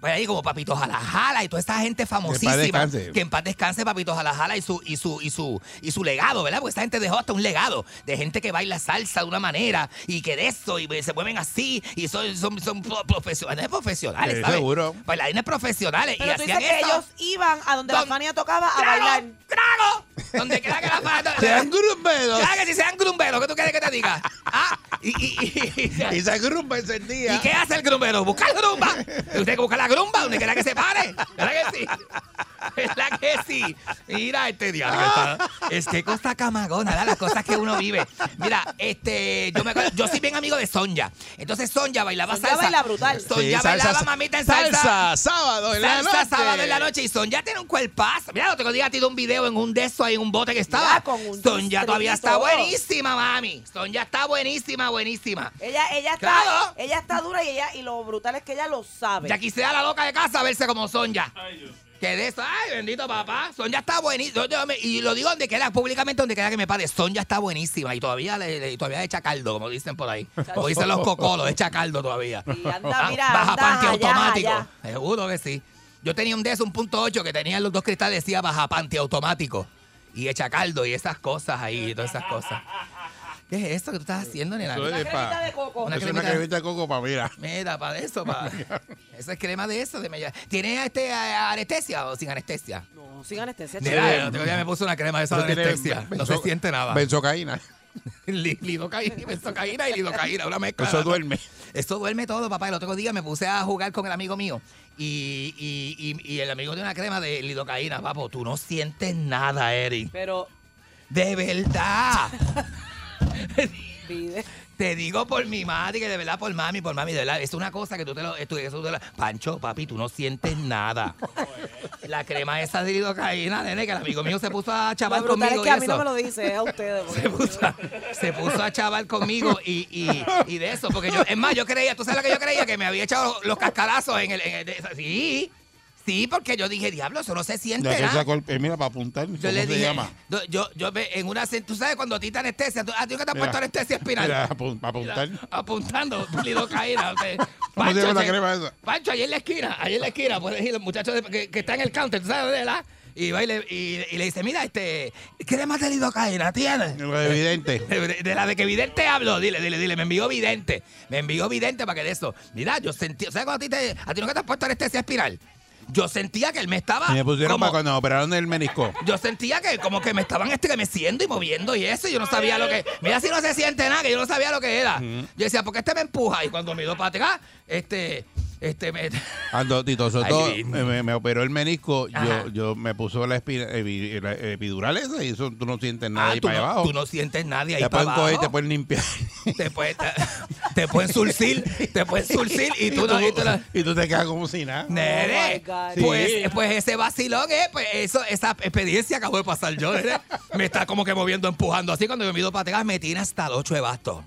Pues ahí como Papito Jalajala y toda esa gente famosísima.
descanse.
Que en paz descanse Papito Jalajala y su, y su, y su, y su legado, ¿verdad? Porque esa gente dejó hasta un legado de gente que baila salsa de una manera y que de eso y se mueven así y son, son, son pro- profesionales profesionales,
Sí,
¿sabes?
seguro.
Bailarines profesionales. y
Pero tú
hacían
dices que
eso.
ellos iban a donde la
Don-
Fania tocaba a
¡Trago!
bailar.
¡Trago! Donde queda que la pata.
Sean grumberos.
Claro que si sean grumberos, ¿qué tú quieres que te diga? Ah, y, y, y,
Y
y,
se grumba ese día.
¿y qué hace el grumbero? Buscar grumba. Usted que busca la grumba donde quiera que se pare. ¿Verdad que sí? ¿Verdad que sí? Mira este diario. que está- Es que cosa camagona, ¿verdad? las cosas que uno vive. Mira, este, yo, me, acuerdo- yo soy bien amigo de Sonja. Entonces Sonja bailaba
Sonja
salsa.
baila brutal.
Sonja
Sí, salsa,
bailaba mamita en salsa.
Salsa, sábado en la
Salsa
noche.
sábado en la noche y Sonja tiene un cuerpazo. Mira, el otro día tiró un video en un de esos ahí, en un bote que estaba.
Ya, con un
Sonja todavía está
distrito.
buenísima, mami. Sonja está buenísima, buenísima.
Ella, ella está,
Claro.
ella está dura y ella, y lo brutal es que ella lo sabe.
Ya quisiera la loca de casa verse como Sonja. Que de eso, ay, bendito papá. Sonja está buenísima. Yo- yo me- Y lo digo donde queda, públicamente donde queda que me pare. Sonja está buenísima y todavía le, le- todavía echa caldo, como dicen por ahí. Como dicen los cocolos, echa caldo todavía.
Y anda,
Ah,
mira,
baja
anda
panty
allá,
automático.
allá.
Seguro que sí. Yo tenía un de esos, un punto ocho, que tenía los dos cristales, decía baja panty automático. Y echa caldo y esas cosas ahí, y todas esas cosas. ¿Qué es eso que tú estás haciendo, nena?
Eso es
Cremita
pa-
de coco.
Una
eso es una
cremita.
cremita de coco para mira.
Mira, para eso, para. Esa es crema de eso. De mella- ¿Tiene este, eh, anestesia o sin anestesia?
No, sin anestesia,
Mira, el
chico.
otro día me puse una crema de esa de
Eso tiene
anestesia. No se
benzo-
siente nada.
Benzocaína.
Li- Lidocaína, benzocaína y lidocaína, una mezcla.
Eso duerme.
Esto duerme todo, papá. El otro día me puse a jugar con el amigo mío y, y- y- y el amigo tiene una crema de lidocaína, papo. Tú no sientes nada, Eric.
Pero,
De verdad.
pide.
Te digo por mi madre, que de verdad por mami, por mami, de verdad. Es una cosa que tú te lo. tú- eso te lo- Pancho, papi, tú no sientes nada. La crema esa de lidocaína, nene, que el amigo mío se puso a chaval
Lo brutal es
conmigo.
que
y
a mí
eso.
no me lo dice, es a ustedes. porque-
se puso, a- se puso a chaval conmigo y, y- y de eso, porque yo, es más, yo creía, tú sabes lo que yo creía, que me había echado los cascalazos en el, en el- de- sí, Sí, porque yo dije, diablo, eso no se siente.
La que
¿verdad?
sacó el pe- mira, para apuntar. ¿Cómo
Yo le
se
dije,
llama?
do- Yo, yo ve- en una, sen- tú sabes cuando a ti te anestesia, tú, a ti que te has
Mira,
puesto anestesia espiral.
Mira, apun- para apuntar.
apuntando lidocaína. usted.
¿Cómo se llama la
che-
crema esa?
Pancho, ahí en la esquina, ahí en la esquina, puedes ir, el muchacho de- que, que está en el counter, ¿tú sabes? ¿verdad? Y, va y, le, y- y le dice, mira, este, crema de lidocaína tienes?
Lo evidente.
De, de la de que Vidente habló, dile, dile, dile, me envió Vidente, me envió Vidente para que de eso. Mira, yo sentí, ¿sabes cuando a ti, te, a ti nunca te has puesto anestesia espiral? Yo sentía que él me estaba.
Y me pusieron
como-
para cuando me operaron el menisco.
yo sentía que como que me estaban estremeciendo y moviendo y eso, y yo no sabía lo que... Mira si no se siente nada, que yo no sabía lo que era. Yo decía, ¿por qué este me empuja? Y cuando miro para atrás, este... Este me...
Cuando Ah, Tito Soto
Ay, lindo.
eh, me, me operó el menisco,
Ajá.
yo, yo me puso la, espina- epi- la epidural esa y eso tú no sientes nada
Ah,
ahí
tú,
para
no,
abajo.
tú no sientes nadie ahí
te
para
pueden coger,
abajo.
y te pueden limpiar.
Te pueden... Te, te pueden surcir, te pueden surcir y tú no... y tú no-
y tú te quedas como si nada.
Oh,
Nene,
my God.
pues,
Sí.
pues ese vacilón, eh, pues eso, esa experiencia acabo de pasar yo, nene. Me está como que moviendo, empujando así. Cuando me mido para atrás, me tiene hasta el 8 de basto.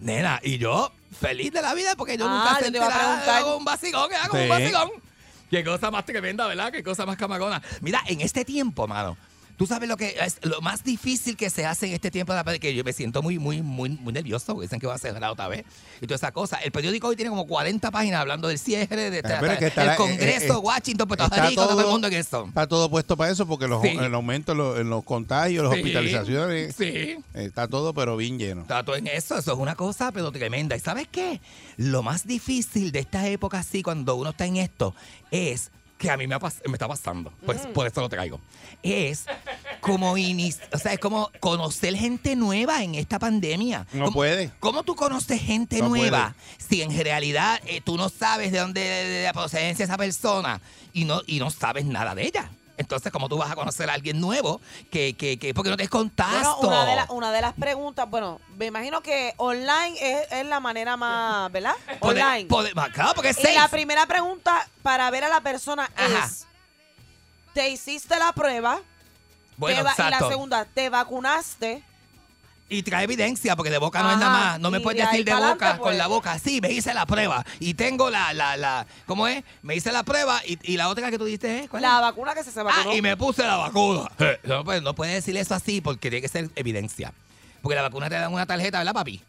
Nena, y yo, feliz de la vida, porque yo
Ah,
nunca
yo
sentí
te iba a
nada.
preguntar.
Hago un vacilón, eh, hago
Sí.
un vacilón. Qué cosa más tremenda, ¿verdad? Qué cosa más camagona. Mira, en este tiempo, mano, tú sabes lo que es lo más difícil que se hace en este tiempo de la pandemia, que yo me siento muy, muy, muy, muy nervioso, porque dicen que va a cerrar otra vez y toda esa cosa. El periódico hoy tiene como 40 páginas hablando del cierre, de,
Ah, Pero es que está
el
la-
Congreso,
eh, eh,
Washington, Puerto
está
pues, Rico, todo, el mundo en eso.
Está todo puesto para eso porque los,
Sí.
el aumento en los, en los contagios, las
Sí,
hospitalizaciones,
Sí.
eh, está todo pero bien lleno.
Está todo en eso, eso es una cosa pero tremenda. ¿Y sabes qué? Lo más difícil de esta época así, cuando uno está en esto, es que a mí me, ha pas- me está pasando, pues
Mm.
por eso lo traigo. Es como inis- o sea, es como conocer gente nueva en esta pandemia.
No
¿Cómo-
puede.
¿Cómo tú conoces gente
No
nueva si en realidad eh, tú no sabes de dónde de la procedencia de esa persona y no, y no sabes nada de ella? Entonces, ¿cómo tú vas a conocer a alguien nuevo que, que, que porque no te
Bueno,
contacto?
una, de la- una de las preguntas, bueno, me imagino que online es, es la manera más, ¿verdad?
Poder-
Online.
poder- ah, claro, porque es
Y la
safe.
primera pregunta para ver a la persona
Ajá.
es, ¿te hiciste la prueba?
Bueno,
Te va- y la
exacto.
segunda, ¿te vacunaste?
Y trae evidencia, porque de boca no es
Ajá,
nada más. No me
y
puedes
de ahí
decir de
pa'lante,
boca
pues.
con la boca. Sí, me hice la prueba. Y tengo la, la, la, ¿cómo es? Me hice la prueba y, y la otra que tú diste es, ¿cuál es?
La vacuna que se, se vacunó.
Ah, y me puse la vacuna. Eh, No, pues, no puedes decir eso así porque tiene que ser evidencia. Porque la vacuna te dan una tarjeta, ¿verdad, papi?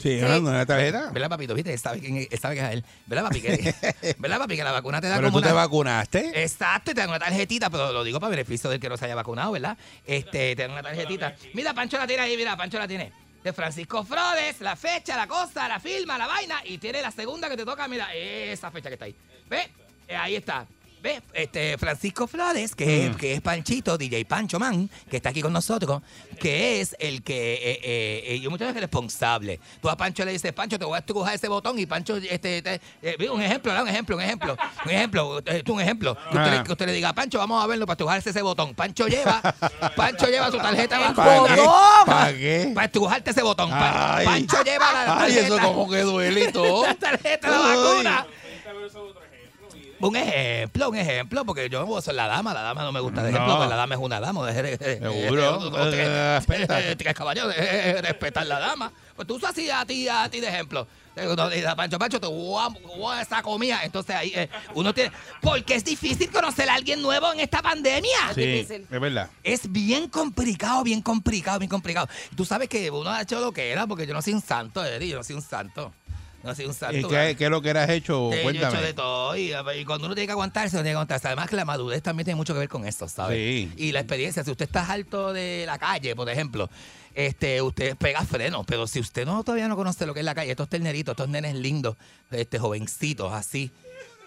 Sí, ¿no? ¿No es la tarjeta?
¿Verdad, papito? ¿Viste? Él sabe, quién es, él sabe que es él. ¿Verdad, papi? Que- ¿Verdad, papi? Que la vacuna te da
Pero
como
tú te
una- Eh,
vacunaste.
Exacto, y te dan una tarjetita, pero lo digo para beneficio del que no se haya vacunado, ¿verdad? Este, te dan una tarjetita. Mira, Pancho la tiene ahí, mira, Pancho la tiene. De Francisco Frodes, la fecha, la cosa, la firma, la vaina, y tiene la segunda que te toca, mira, esa fecha que está ahí. ¿Ve? Eh, ahí está. ¿Ve? Este, Francisco Flores, que, es- que es Panchito, DJ Pancho Man, que está aquí con nosotros, que es el que, eh, eh, eh, yo muchas veces responsable. Tú a Pancho le dices, Pancho, te voy a estrujar ese botón y Pancho, este, te- eh, mira, un ejemplo, ¿verdad? un ejemplo, un ejemplo, un ejemplo, eh, tú un ejemplo. Que usted,
Ah.
le, que usted le diga, Pancho, vamos a verlo para estrujarte ese botón. Pancho lleva, Pancho lleva su tarjeta
¿Para qué?
bancaria
¿Para qué?
para estrujarte ese botón. Pa-
Ay.
Pancho lleva la
Ay,
tarjeta.
eso como que duele y todo.
La tarjeta de la
Ay.
vacuna. Un ejemplo, un ejemplo, porque yo no soy la dama, la dama no me gusta de ejemplo,
No.
porque la dama es una dama. de-
Seguro.
Tres-
Respeta.
Tres caballeros, eh, eh, respetar la dama. Pues tú usas así a ti, a ti de ejemplo. Eh, uno dice, Pancho, Pancho, te voy a- voy a esa comida. Entonces ahí eh, uno tiene. Porque es difícil conocer a alguien nuevo en esta pandemia.
Sí,
difícil.
es verdad.
Es bien complicado, bien complicado, bien complicado. Tú sabes que uno ha hecho lo que era, porque yo no soy un santo, Eri, yo no soy un santo. No soy un santo.
¿Y
¿verdad?
qué, qué es lo que has hecho?
Sí, yo he hecho de
Cuéntame.
todo y, y cuando uno tiene que aguantarse, uno tiene que aguantarse. Además que la madurez también tiene mucho que ver con eso, ¿sabes?
Sí.
Y la experiencia, si usted está alto de la calle, por ejemplo, este, usted pega freno, pero si usted no todavía no conoce lo que es la calle, estos terneritos, estos nenes lindos, este, jovencitos, así,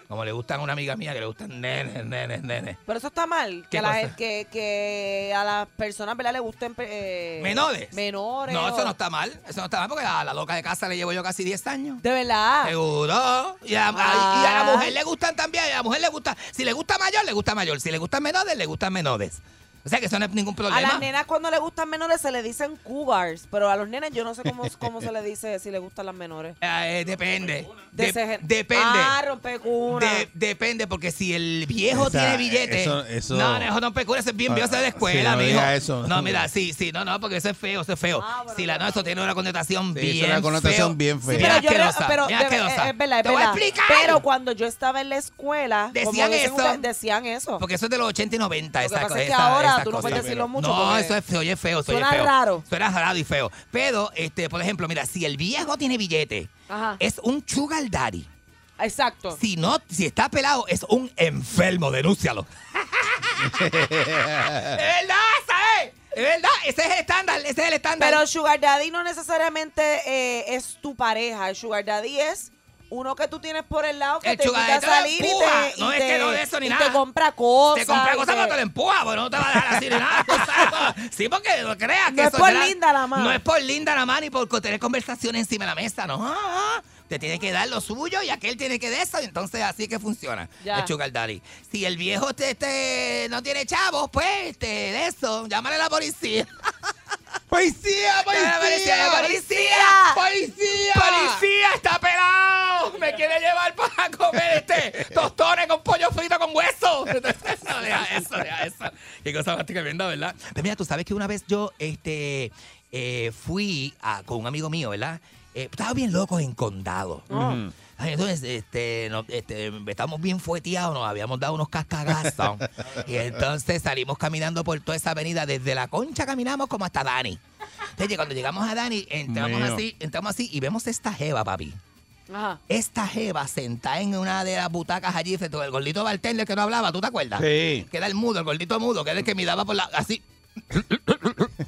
como le gustan a una amiga mía que le gustan nenes, nenes, nenes.
Pero eso está mal,
¿Qué
que, a la-
cosa?
que, que a las personas, ¿verdad? Le gusten... eh,
¿Menores?
Menores.
No, eso
o-
no está mal, eso no está mal porque a la loca de casa le llevo yo casi 10 años.
De verdad.
Seguro. Y a,
Ah.
y a la mujer le gustan también. A la mujer le gusta. Si le gusta mayor, le gusta mayor. Si le gustan menores, le gustan menores. O sea que eso no es ningún
A
problema.
las nenas cuando le gustan menores se le dicen cougars, pero a los nenes yo no sé cómo, cómo se le dice si le gustan las menores.
Ah, eh, depende.
De
De-
ese gen-
depende.
Ah, rompecuna.
De- depende, porque si el viejo
O sea,
tiene billete.
eso- eso-
no, no, eso no pecura, eso es bien
Ah,
viejo, eso es de
sí,
escuela,
no
mijo.
diga eso.
No, mira, sí, sí, no, no, porque eso es feo, eso es feo.
Ah, bueno,
si la no, eso tiene una connotación
Sí, eso
bien.
es una connotación
feo.
bien fea.
Sí,
Mira
pero yo creo-
asquerosa,
pero
bien
de-
asquerosa.
es, es verdad, es
Te voy a
verdad.
explicar.
Pero cuando yo estaba en la escuela, como
Decían
dicen
eso.
ustedes, decían eso.
Porque eso es de los 80 y 90.
Lo que
esa,
pasa es que
esa-
ahora
esas
tú no puedes
cosas.
decirlo mucho
No,
porque
eso es, se oye feo. se
suena
oye feo.
raro.
Suena raro y feo. Pero, este, por ejemplo, mira, si el viejo tiene billete,
Ajá.
es un sugar daddy.
Exacto.
Si no, si está pelado, es un enfermo, denúncialo. es verdad, ¿sabes? Es verdad, ese es el estándar, ese es el estándar.
Pero Sugar Daddy no necesariamente eh, es tu pareja. El Sugar Daddy es uno que tú tienes por el lado que
El
te
sugar
invita a
daddy
salir
te lo
y
empuja.
te, y
No es
te-
que no de eso ni
y
nada.
te compra cosas.
te compra
y
cosas, pero te lo empuja, porque no te va a dejar así ni nada. tú sabes. pues. Sí, porque no creas que
No es
eso
por
ya-
linda la mano.
No es por linda la mano ni por tener conversaciones encima de la mesa, no. Ah, ah. Te tiene que dar lo suyo y aquel tiene que de eso, y entonces así que funciona.
Ya.
El sugar daddy. Si el viejo este, este, no tiene chavos, pues este, de eso, llámale a la policía.
¡Policía,
¡Policía, policía, policía! ¡Policía! está pelado! ¡Me quiere llevar para comer este tostones con pollo frito con hueso! Eso, deja eso, deja eso. Qué cosa más tremenda, ¿verdad? Pero mira, tú sabes que una vez yo este, eh, fui a- con un amigo mío, ¿verdad? Eh, estaba bien loco en condado. Ay, Entonces, este, no- este, estamos bien fueteados, nos habíamos dado unos cascagazos. y entonces salimos caminando por toda esa avenida. Desde la concha caminamos como hasta Dani. Entonces, cuando llegamos a Dani, entramos
Mío.
así, entramos así y vemos esta jeva, papi.
Ajá.
Esta jeva sentada en una de las butacas allí, frente al gordito bartender que no hablaba, ¿tú te acuerdas?
Sí.
Que era el mudo, el gordito mudo, que era el que miraba por la. así.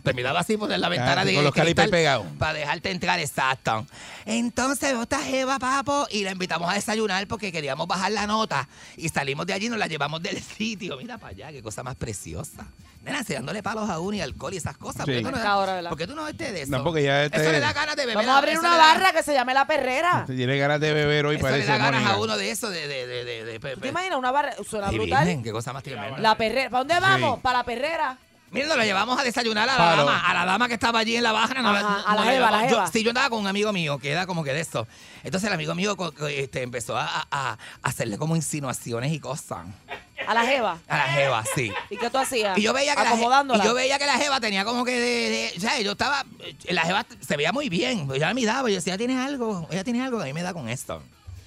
Te miraba así por la ventana
Ah, sí,
de
con los
cristal
calipers pegados.
Para dejarte entrar, exacto. Entonces, veo esta jeva, papo, y la invitamos a desayunar porque queríamos bajar la nota. Y salimos de allí, nos la llevamos del sitio. Mira para allá, qué cosa más preciosa. Nena, se dándole palos a uno y alcohol y esas cosas.
Sí.
¿Por qué tú no-
Ahora, ¿verdad?
¿Por qué tú no vete de eso?
No, porque ya este-
Eso le da ganas de beber.
Vamos a abrir
eso
una
le da-
barra que se llame La Perrera.
Se tiene ganas de beber hoy,
Eso le
parece.
da ganas
Mónica.
a uno de eso, de... de, de, de, de-
¿Tú te imaginas una barra? Suena
Ay,
brutal.
virgen, qué cosa más tremenda.
La Perrera. ¿Para dónde vamos?
Sí.
Para La Perrera.
Miren, nos la llevamos a desayunar a la
Palo.
dama, a la dama que estaba allí en la baja. no
Ajá, a la
no
jeva, a la
llevamos. Yo-
jeva.
sí, yo andaba con un amigo mío que era como que de esto. Entonces el amigo mío co- co- este, empezó a, a- a hacerle como insinuaciones y cosas.
A la Jeva.
A la jeva, sí.
¿Y qué tú hacías?
Y yo veía que la je-
Acomodándola.
y yo veía que la jeva tenía como que de, de- o sea, yo estaba la jeva se veía muy bien, yo la miraba y yo decía, "Ella tiene algo, ella tiene algo que a mí me da con esto."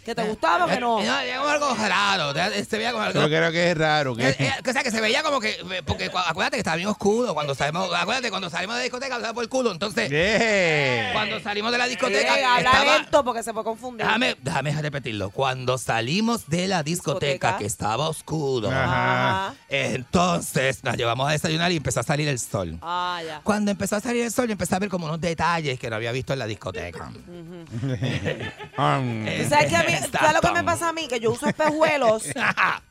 ¿Que te gustaba o
Eh,
que no?
era como algo raro, se veía como algo
Yo creo que es raro.
eh, eh,
Que...
o sea, que se veía como que. eh, Porque cua- acuérdate que estaba bien oscuro. Cuando salimos, acuérdate, cuando salimos de la discoteca, hablaba por el culo. Entonces,
Yeah.
cuando salimos de la discoteca.
Llega, habla
estaba-
lento Eh, porque se puede confundir.
déjame, déjame repetirlo. Cuando salimos de la discoteca,
Discoteca.
que estaba oscuro,
Ajá.
Ajá.
entonces nos llevamos a desayunar y empezó a salir el sol.
Ah, ya.
Cuando empezó a salir el sol, yo empecé a ver como unos detalles que no había visto en la discoteca. Este,
Um,
¿Tú sabes, que a mí,
Está
¿Sabes lo que me
tan-
pasa a mí? Que yo uso espejuelos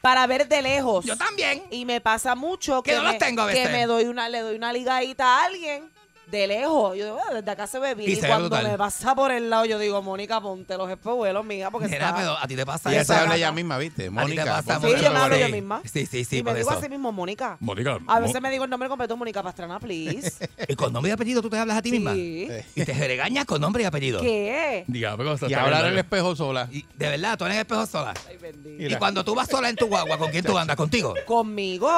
para ver de lejos.
Yo también.
Y me pasa mucho
Que
que,
no
me,
los tengo a veces.
que me doy una, le doy una ligadita a alguien de lejos. Yo digo, "Ah, desde acá se ve bien.
Y
Y,
se ve
cuando
brutal.
me pasa por el lado, yo digo, Mónica, ponte los espejuelos, mija, porque
Nena,
está...
pero a ti te pasa
ella
eso.
se habla ella misma, ¿viste?
A ti te
Mónica.
pasa
ponte
Sí,
mucho
yo me hablo
por
yo
ahí.
misma.
Sí, sí, sí,
Y me
por
digo
eso.
así mismo, Mónica.
Mónica,
A veces me digo el nombre completo, Mónica Pastrana, please.
Y con nombre y apellido tú te hablas a ti misma.
Sí.
Y te regañas con nombre y apellido.
¿Qué?
Diablo, eso
Y
está
hablar
bien,
al espejo sola.
y De verdad, tú eres el espejo sola.
Ay, bendito.
Y
Mira.
cuando tú vas sola en tu guagua, ¿con quién tú andas? ¿Contigo?
Conmigo.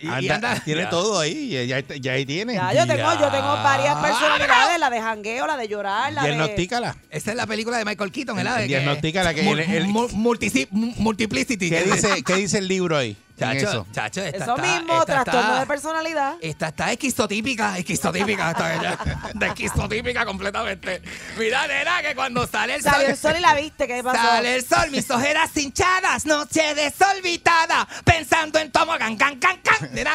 Y, y
Anda,
andas-
tiene
Ya.
todo ahí, ya, ya, ya ahí tiene.
Ya, yo tengo, yo tengo varias
Diablo.
personalidades, la de jangueo, la de llorar, la de...
Diagnostícala.
Esa es la película de Michael Keaton, ¿verdad?
El-
De
el diagnostícala que
mul-
el- el-
mul- multici- mu- multiplicity.
¿Qué dice, ¿Qué dice el libro ahí? en
Chacho,
eso?
chacho, esta
Eso
está-
mismo,
esta
trastorno
está-
de personalidad.
Esta está esquistotípica, esquistotípica, está ella. De esquistotípica completamente. Mira, nena, que cuando sale el sol.
Salió el sol y la viste, ¿qué pasó?
Sale el sol, mis ojeras hinchadas, noche desolvitada, pensando en tomo, can, can, can, can. Nena,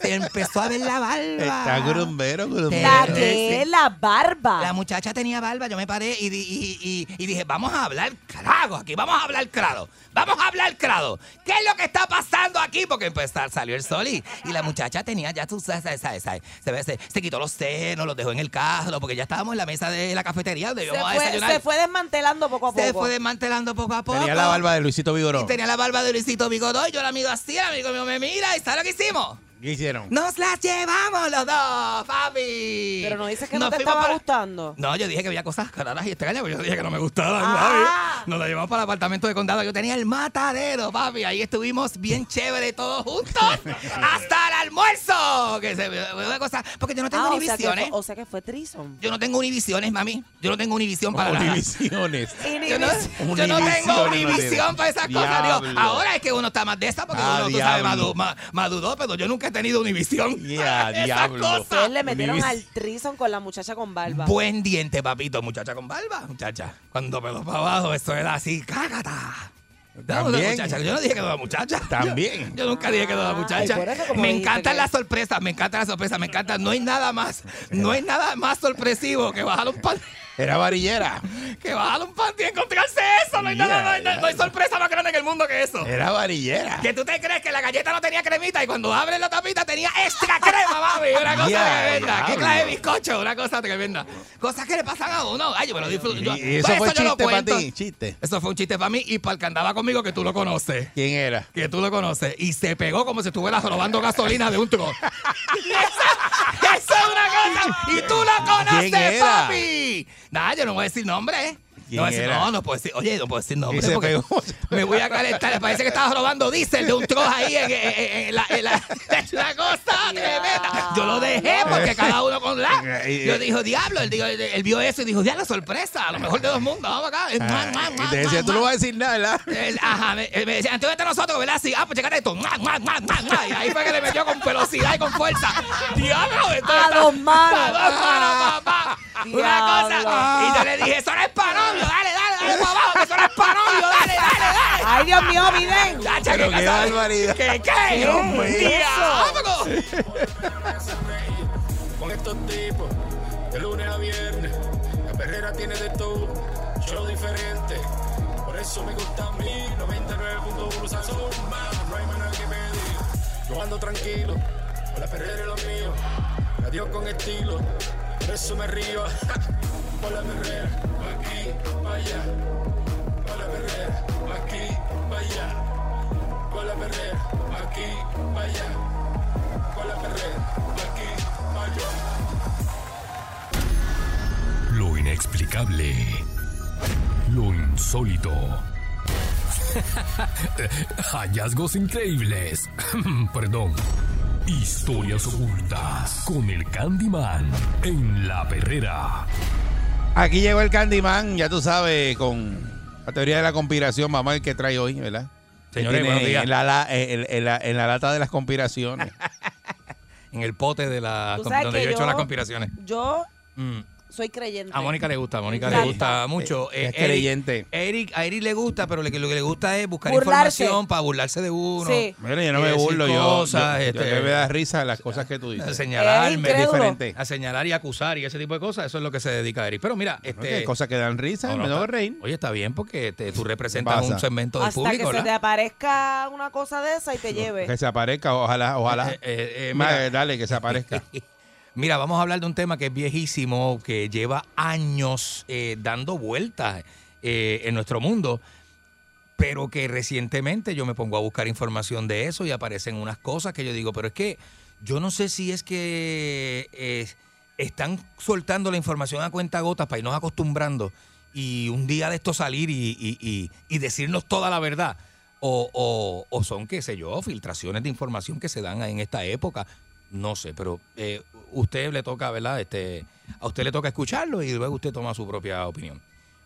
se empezó a ver la
Está
barba.
grumbero,
La
grumbero.
Te-
que es la barba.
La muchacha tenía barba, yo me paré y, di- y- y- y dije, vamos a hablar claro aquí, vamos a hablar claro, vamos a hablar claro. ¿Qué es lo que está pasando aquí? Porque empezar, salió el sol y, y la muchacha tenía ya sus... sabes, sabes, sabes, sabes, se, ve- se- se quitó los senos, los dejó en el carro, porque ya estábamos en la mesa de la cafetería donde
se,
íbamos a
fue,
desayunar.
se fue desmantelando poco a poco.
Se fue desmantelando poco a poco.
Tenía la barba de Luisito Vigoró.
Y tenía la barba de Luisito Bigodó. Y yo la miro así, el amigo mío me mira. ¿Y sabes lo que hicimos?
¿Qué hicieron?
¡Nos las llevamos los dos, papi!
Pero no dices que no
Nos
te
fuimos
estaba
para-
gustando.
No, yo dije que había cosas caras y extrañas, pero yo dije que no me gustaban,
Ah.
papi. Nos la llevamos para el apartamento de condado. Yo tenía el matadero, papi. Ahí estuvimos bien chévere todos juntos hasta el almuerzo. Que se una cosa, porque yo no tengo
Ah, o, sea que
univisiones.
fue, o sea que fue Trison.
Yo no tengo univisiones, mami. Yo no tengo univisión para nada.
Univisiones.
Yo no,
Univision.
yo no tengo
Univision,
univisión
Dios.
para esas cosas.
Diablo.
digo, ahora es que uno está más de esa porque
Ah,
uno, tú sabes,
diablo.
madu- ma- maduró, pero yo nunca he tenido univisión.
Yeah,
Esas
diablo.
cosas.
Ustedes le metieron
Univis-
al Trison con la muchacha con barba.
Buen diente, papito, muchacha con barba, muchacha. Cuando pelos para abajo, eso era así, cágata. No, no,
También.
muchacha. Yo no dije que no era muchacha.
También.
Yo nunca dije que no era muchacha.
Ay, por eso como
Me
dijiste
encantan
que-
las sorpresas, me encantan las sorpresas, me encantan. No hay nada más, no hay nada más sorpresivo que bajar un pan.
Era varillera.
Que bajar un pan y encontrarse eso. No hay
Yeah,
nada, no hay, no hay- no hay
yeah.
sorpresa más grande en el mundo que eso.
Era varillera.
Que tú te crees que la galleta no tenía cremita y cuando abres la tapita tenía extra crema, mami. Una cosa
Ya,
tremenda. ¿Qué
diablo.
clase de bizcocho? Una cosa tremenda. Cosas que le pasan a uno. Ay, yo me lo disfruto. Yo- pues,
Y eso fue
yo lo
chiste para
cuento.
ti. Chiste.
Eso fue un chiste para mí y para el que andaba conmigo que tú lo conoces.
¿Quién era?
Que tú lo conoces. Y se pegó como si estuviera robando gasolina de un truco. ¡Eso es una cosa! ¡Y tú lo
¿Quién
conoces,
era?
papi! Nada, yo no voy a decir
eh.
nombre.
¿Quién
No, voy a decir,
era?
no, no puedo decir, oye, no puedo decir nombre
se
porque
pegó.
me voy a calentar. Parece que estabas robando diésel de un trozo ahí en, en- en- en la, en la- en la cosa tremenda. Yo lo dejé porque cada uno con la. Yo dijo, diablo, él, dijo- él vio eso y dijo, ya la sorpresa, a lo mejor de dos mundos, vamos acá. Mua, mua,
Ah, y
mua,
te decía,
mua,
tú no
mua".
vas a decir nada, ¿verdad?
Él, Ajá, me, él me decía, antes de nosotros, ¿verdad? Sí, ah, pues checate esto. ¡Mua, mua, mua, mua, mua! Y ahí fue que le metió con velocidad y con fuerza. ¡Diablo! esto
A
está-
dos manos. Ah.
¡A dos manos, papá! Una cosa.
Diablo.
Y yo le dije, eso no es parolio, dale, dale, dale para abajo, que eso no es parolio, dale, dale, dale.
Ay, Dios mío, miren.
Chacha,
Pero
qué
qué
cosa-
barbaridad.
¿Qué, qué?
¿Qué
Hombre,
es
diablo.
con estos tipos, de lunes a viernes. La perrera tiene de todo, show diferente. Por eso me gusta a mí, 99.1 Sazón, más, no hay manera que me diga. Yo ando tranquilo, con la perrera y los míos. Adiós con estilo, por eso me río. Por la perrera, pa' aquí, pa' allá. Por la perrera, pa' aquí, pa' allá. Por la perrera, pa' aquí, pa' allá. Por la perrera, pa' aquí, pa' allá.
Lo inexplicable. Lo insólito. Hallazgos increíbles. Perdón. Historias ocultas con el Candyman en la perrera.
Aquí llegó el Candyman, ya tú sabes, con la teoría de la conspiración, mamá, el que trae hoy, ¿verdad?
Señores,
Tiene
buenos días.
En la, la- en- en la- en la lata de las conspiraciones.
En el pote de la
Tú sabes
donde
que
yo he hecho
yo-
las conspiraciones.
Yo
Mm.
soy creyente.
A Mónica le gusta, a Mónica le
Gracias.
gusta mucho. Eh,
Es
Eric-
creyente.
Eric, a Eric le gusta, pero le- lo que le gusta es buscar
Burlarse.
información para burlarse de uno.
Sí.
Bueno, yo no
Y
me
decir
burlo, yo,
cosas,
yo, yo
este-
le voy a dar risa a las cosas que tú
A
dices.
señalarme,
Es incrédulo.
Diferente.
a señalar y acusar y ese tipo de cosas, eso es lo que se dedica Eric. Pero mira,
Bueno, que hay
este
cosas que dan risa,
no, no,
Ah, me tengo
está-
que reír.
Oye, está bien porque este, tú representas
Pasa.
un segmento del
Hasta
público,
que se te
¿verdad?
aparezca una cosa de esa y te lleve.
Que se aparezca, ojalá, ojalá.
Eh, eh, eh,
Madre,
mira.
dale, que se aparezca.
Mira, vamos a hablar de un tema que es viejísimo, que lleva años eh, dando vueltas eh, en nuestro mundo, pero que recientemente yo me pongo a buscar información de eso y aparecen unas cosas que yo digo, pero es que yo no sé si es que eh, están soltando la información a cuenta gotas para irnos acostumbrando y un día de esto salir y, y- y- y decirnos toda la verdad. O, o- o son, qué sé yo, filtraciones de información que se dan en esta época. No sé, pero eh, usted le toca, ¿verdad? Este, a usted le toca escucharlo y luego usted toma su propia opinión.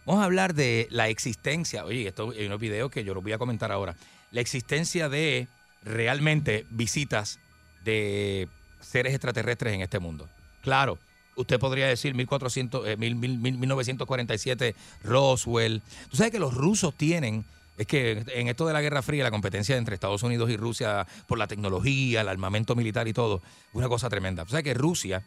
Vamos a hablar de la existencia. Oye, esto hay unos videos que yo los voy a comentar ahora. La existencia de realmente visitas de seres extraterrestres en este mundo. Claro, usted podría decir 1400, eh, mil- mil- mil- 1947, Roswell. Tú sabes que los rusos tienen, es que en esto de la Guerra Fría, la competencia entre Estados Unidos y Rusia por la tecnología, el armamento militar y todo, una cosa tremenda. Tú sabes que Rusia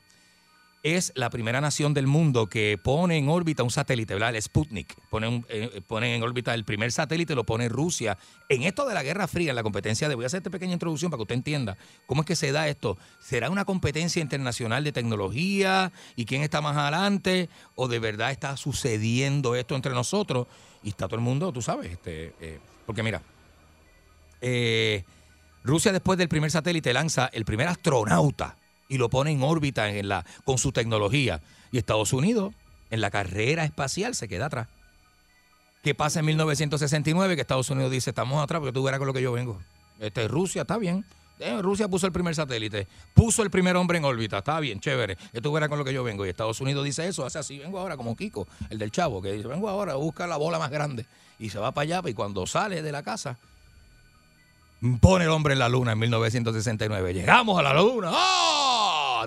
es la primera nación del mundo que pone en órbita un satélite, ¿verdad? El Sputnik. Pone, un- eh, pone en órbita el primer satélite, lo pone Rusia. En esto de la Guerra Fría, en la competencia de... Voy a hacer esta pequeña introducción para que usted entienda cómo es que se da esto. ¿Será una competencia internacional de tecnología y quién está más adelante? ¿O de verdad está sucediendo esto entre nosotros? Y está todo el mundo, tú sabes, este, eh, porque mira, eh, Rusia después del primer satélite lanza el primer astronauta y lo pone en órbita en la, con su tecnología. Y Estados Unidos en la carrera espacial se queda atrás. ¿Qué pasa en 1969? Que Estados Unidos dice, estamos atrás porque tú verás con lo que yo vengo. Este, Rusia está bien. Eh, Rusia puso el primer satélite, puso el primer hombre en órbita, está bien, chévere. Que tú verás con lo que yo vengo. Y Estados Unidos dice eso, hace así, vengo ahora como Kiko, el del chavo, que dice, vengo ahora, busca la bola más grande. Y se va para allá y cuando sale de la casa, pone el hombre en la luna en 1969. Llegamos a la luna. ¡Ah!